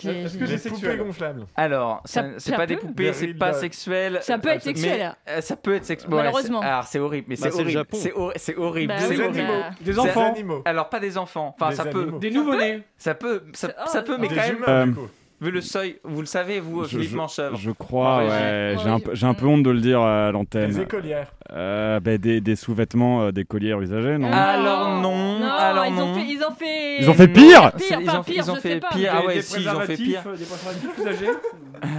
C: J'ai-
A: Est-ce
C: j'ai-
A: que
C: j'ai-
A: j'ai cette poupée gonflable
B: Alors,
C: Ça-
B: ça- c'est
C: ça
B: pas des
C: peut
B: poupées,
A: Des
B: c'est
A: rides
B: pas
A: de-
B: sexuel.
C: Ça peut être
B: mais-
C: sexuel. hein.
B: euh, ça peut être sexuel.
C: Malheureusement.
B: alors c'est horrible, mais
E: Bah,
B: c'est
E: c'est le
B: horrible.
E: Japon.
B: C'est hor- c'est horrible.
C: Bah
B: c'est
C: oui,
B: horrible.
C: bah.
E: Des
B: C'est-
E: enfants.
B: Alors pas des enfants. Enfin,
E: Des
B: ça peut.
E: animaux. Des nouveau-nés.
B: Ça peut. Ça,
C: oh,
B: ça peut, mais
M: Des
B: quand même.
M: humains, du Euh, coup.
B: Vu le seuil, vous le savez, vous,
M: Je,
B: Philippe
M: je-
B: Manchevre.
M: je crois,
B: En régie.
M: ouais. J'ai un, peu- j'ai un peu honte de le dire à l'antenne.
A: Des écolières.
M: Euh, ben, des, des sous-vêtements, euh, des collières usagées, non
B: Alors non.
C: Non,
B: alors
C: ils,
B: non.
C: Ont fait, ils ont fait.
M: Ils ont fait pire
B: C'est-
C: Pire,
B: ils
C: enfin,
B: ont-
C: pire,
B: ils ont
C: je
B: fait
C: sais pas.
B: pire. Ah ouais,
E: des
B: si, ils ont fait
E: préservatifs,
B: pire.
E: euh, Des préservatifs usagés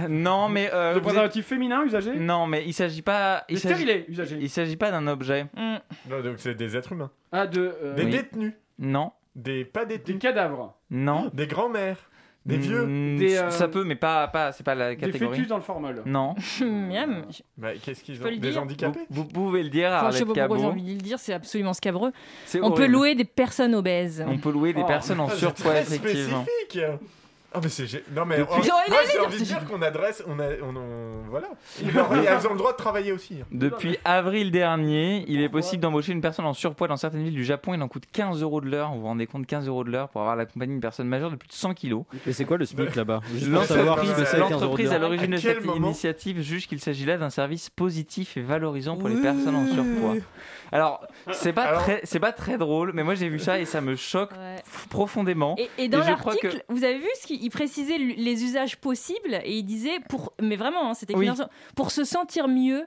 B: Non, mais. Euh,
E: Des
B: vous
E: préservatifs féminins usagés
B: êtes- Non, mais il s'agit pas. Il
E: Des
B: s'agit-
E: stérilés usagés.
B: Il s'agit pas d'un objet.
C: Mm,
A: Non, donc c'est des êtres humains.
E: Ah, de. euh,
A: Des
B: Oui.
A: détenus.
B: Non.
A: Des pas détenus.
E: Des cadavres.
B: Non.
A: (laughs) Des grands-mères. Des
B: Mm,
A: vieux.
E: Ah, Des,
B: ça-
E: euh,
B: Ça peut, mais pas, pas c'est pas la catégorie.
E: fœtus dans le formol.
B: Non.
C: mm, Miam.
A: Bah, qu'est-ce qu'ils
C: peux
A: ont
C: le
A: Des
C: dire
A: handicapés
B: Vous pouvez le dire
C: Enfin, je
B: avec
C: sais pas pourquoi j'ai
B: Cabot.
C: envie de le dire, c'est absolument scabreux.
B: C'est
C: On peut
B: horrible.
C: louer des personnes obèses.
B: On peut louer des
A: Oh,
B: personnes en
A: c'est
B: surpoids,
A: très
B: effectivement.
A: spécifique. Ah mais c'est gé- non mais
B: Depuis-
A: oh,
C: Ils ont
A: moi,
C: aidé,
A: j'ai
C: non,
A: envie de
C: c'est
A: dire qu'on adresse on a on, on- voilà ils, leur- ils ont le droit de travailler aussi.
B: Depuis avril dernier, il est possible d'embaucher une personne en surpoids dans certaines villes du Japon. Il en coûte 15 euros de l'heure. Vous vous rendez compte, 15 euros de l'heure pour avoir la compagnie d'une personne majeure de plus de 100 kilos.
D: Mais c'est quoi le SMIC là-bas Juste pour savoir ce
B: L'entreprise
D: que c'est 15 euros de
B: l'entreprise à
D: l'heure.
B: l'origine de
A: À quel
B: cette
A: moment
B: initiative juge qu'il s'agit là d'un service positif et valorisant pour les personnes en surpoids. Alors, c'est pas
A: Alors-
B: très, c'est pas très drôle, mais moi j'ai vu ça et ça me choque
C: Ouais.
B: f- profondément.
C: Et, et dans
B: je crois que-
C: l'article, vous avez vu ce qu'il il précisait l- les usages possibles et il disait pour, mais vraiment, hein, c'était
B: Oui.
C: écrit dans- pour se sentir mieux,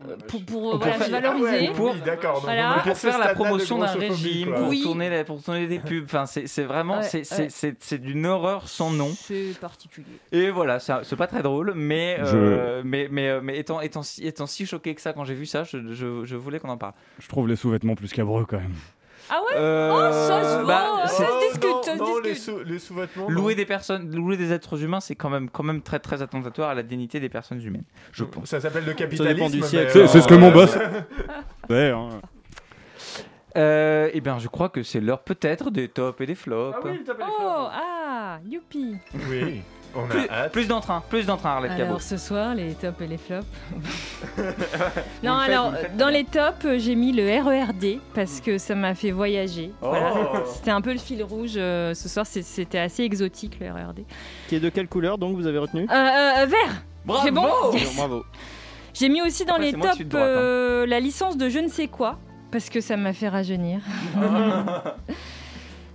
E: Oh,
C: euh, pour, pour, euh,
B: Pour
C: voilà,
B: faire-
C: se
A: Ah
C: valoriser.
A: ouais, oui, d'accord. donc
C: Voilà.
A: on en est à
B: pour
A: Ah, ce
B: faire la
A: stade-là de
B: promotion d'un
A: grossophobie,
B: régime,
A: quoi.
B: pour,
C: Oui.
B: tourner la- pour tourner des pubs. Enfin, c'est c'est vraiment,
C: Ouais,
B: c'est- c'est
C: ouais.
B: c'est- c'est d'une horreur sans nom.
C: C'est particulier.
B: Et voilà, ça- c'est pas très drôle, mais,
M: Je-
B: euh, mais, mais, euh, mais étant, étant, si, étant si choqué que ça quand j'ai vu ça, je, je- je voulais qu'on en parle.
M: Je trouve les sous-vêtements plus cabreux quand même.
C: Ah ouais
B: Euh,
C: Oh, ça se voit,
B: bah,
C: hein,
B: c'est-
C: ça se
A: non,
C: discute, ça se
A: non, les
C: discute.
A: sous les sous-vêtements.
B: Louer des personnes, louer des êtres humains, c'est quand même, quand même très très attentatoire à la dignité des personnes humaines. Je
A: non. Ça s'appelle le
D: dépend du
A: capitalisme. mais,
E: Eh
D: siècle.
M: C'est
E: ben,
A: euh,
M: c'est ce que mon
E: (laughs)
M: boss. Ouais, hein.
B: Euh, eh bien, je crois que c'est l'heure peut-être des tops et des flops. hein.
E: Ah oui, il t'appelle
C: Oh, ah, youpi
A: Oui, on
B: Plus,
A: a hâte.
B: plus d'entrain, plus d'entrain, Arlette Cabot.
C: Alors ce soir, les tops et
B: (laughs)
C: les flops.
B: Vous
C: non,
B: le faites,
C: alors
B: vous le faites. Mm.
C: dans les tops, euh, j'ai mis le RERD parce que ça m'a fait voyager.
B: Oh.
C: Voilà. C'était un peu le fil rouge euh, ce soir, c'est- c'était assez exotique le E RERD.
D: Qui est de quelle couleur donc vous avez retenu
C: Euh, euh, euh, vert
B: Bravo
C: C'est bon
D: Alors, Bravo.
C: J'ai mis aussi dans
B: Après,
C: les
B: c'est moi
C: tops
B: qui suis de droite, hein.
C: euh, la licence de je ne sais quoi parce que ça m'a
B: (laughs)
C: fait rajeunir.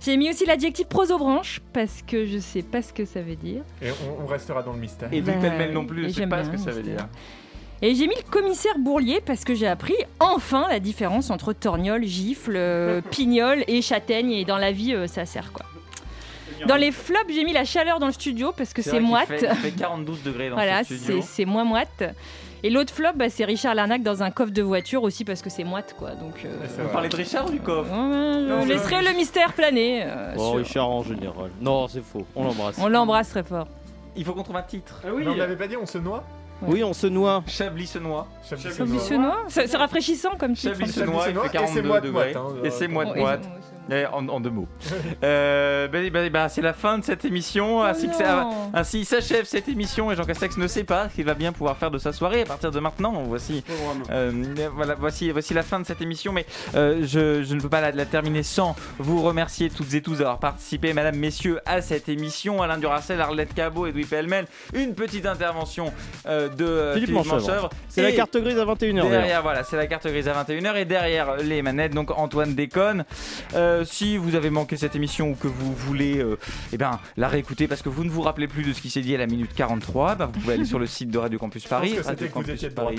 C: j'ai mis aussi l'adjectif prosobranche parce que je sais pas ce que ça veut dire.
A: Et on, on restera dans le mystère.
B: Et donc
C: Bah,
B: elle-même non plus,
C: et
B: je sais
C: j'aime
B: pas ce
C: bien,
B: que ça veut
C: c'est-
B: dire.
C: Et j'ai mis le commissaire Bourlier parce que j'ai appris enfin la différence entre torgnole,
B: (laughs)
C: gifle, euh, pignole et châtaigne. Et dans la vie, euh, ça sert quoi. Dans les flops, j'ai mis la chaleur dans le studio parce que c'est
B: vrai qu'il
C: moite.
B: fait- Il fait 42 degrés dans
C: Voilà,
B: ce studio.
C: c'est c'est moins moite. Et l'autre flop, bah, c'est Richard Larnac dans un coffre de voiture aussi parce que c'est moite quoi. Donc, euh,
A: C'est
B: On
A: vrai.
B: parlait de Richard ou du coffre
C: ouais,
A: Non,
C: je laisserai le mystère planer. euh,
D: Oh,
C: sur-
D: Richard en général. Non, c'est faux. On l'embrasse.
C: On l'embrasse très fort.
B: Il faut qu'on trouve un titre.
E: Ah oui,
A: Mais on l'avait pas dit, on se noie.
D: Oui, on se noie.
B: Chablis se
C: (laughs)
B: noie.
A: Chablis
E: Chablis
A: se
C: Comme
A: noie.
C: Monsieur Noir, c'est c'est rafraîchissant comme titre.
B: Chablis
A: Chablis
B: se noie,
A: se
B: il
A: noie,
B: fait
A: et c'est
B: 42
A: moite,
B: degrés.
A: moite, hein,
B: Et c'est
A: euh,
B: moite
C: Oh, et-
B: moite. Eh, en, en deux mots. (laughs) Euh, ben, ben, ben, c'est la fin de cette émission. ainsi, que ça-
C: Oh non.
B: ainsi s'achève cette émission et Jean Castex ne sait pas ce qu'il va bien pouvoir faire de sa soirée à partir de maintenant. Voici,
E: Programme.
B: euh, voilà, voici, voici la fin de cette émission. Mais euh, je, je ne peux pas la, la terminer sans vous remercier toutes et tous d'avoir participé, mesdames, messieurs, à cette émission. Alain Duracel, Arlette Cabot, Edoui Pellemel. Une petite intervention euh, de euh,
D: Philippe
B: Philippe,
D: Manchevre.
B: Manchevre.
D: C'est la
B: Et-
D: carte grise à 21h. d'ailleurs.
B: Derrière, voilà, c'est la carte grise à 21h et derrière les manettes, donc Antoine déconne. Euh, si vous avez manqué cette émission ou que vous voulez euh, eh ben, la réécouter parce que vous ne vous rappelez plus de ce qui s'est dit à la minute 43, ben, vous pouvez aller sur le site de Radio Campus Paris, euh,
A: que c'était que vous étiez de droite.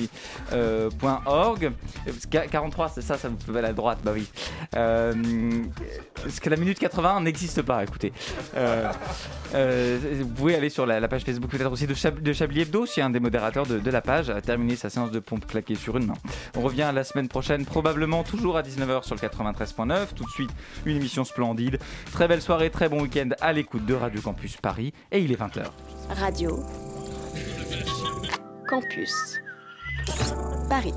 B: radiocampusparis.org. 43, c'est ça, ça vous fait à la droite, bah oui. Euh, parce que la minute 80 n'existe pas, écoutez. Euh, euh, vous pouvez aller sur la, la page Facebook peut-être aussi de, Chab- de Chablis Hebdo si un des modérateurs de, de la page a terminé sa séance de pompe claquée sur une main. On revient la semaine prochaine probablement toujours à 19h sur le 93.9. Tout de suite une émission splendide. Très belle soirée, très bon week-end à l'écoute de Radio Campus Paris et il est 20h.
L: Radio. Campus. Paris.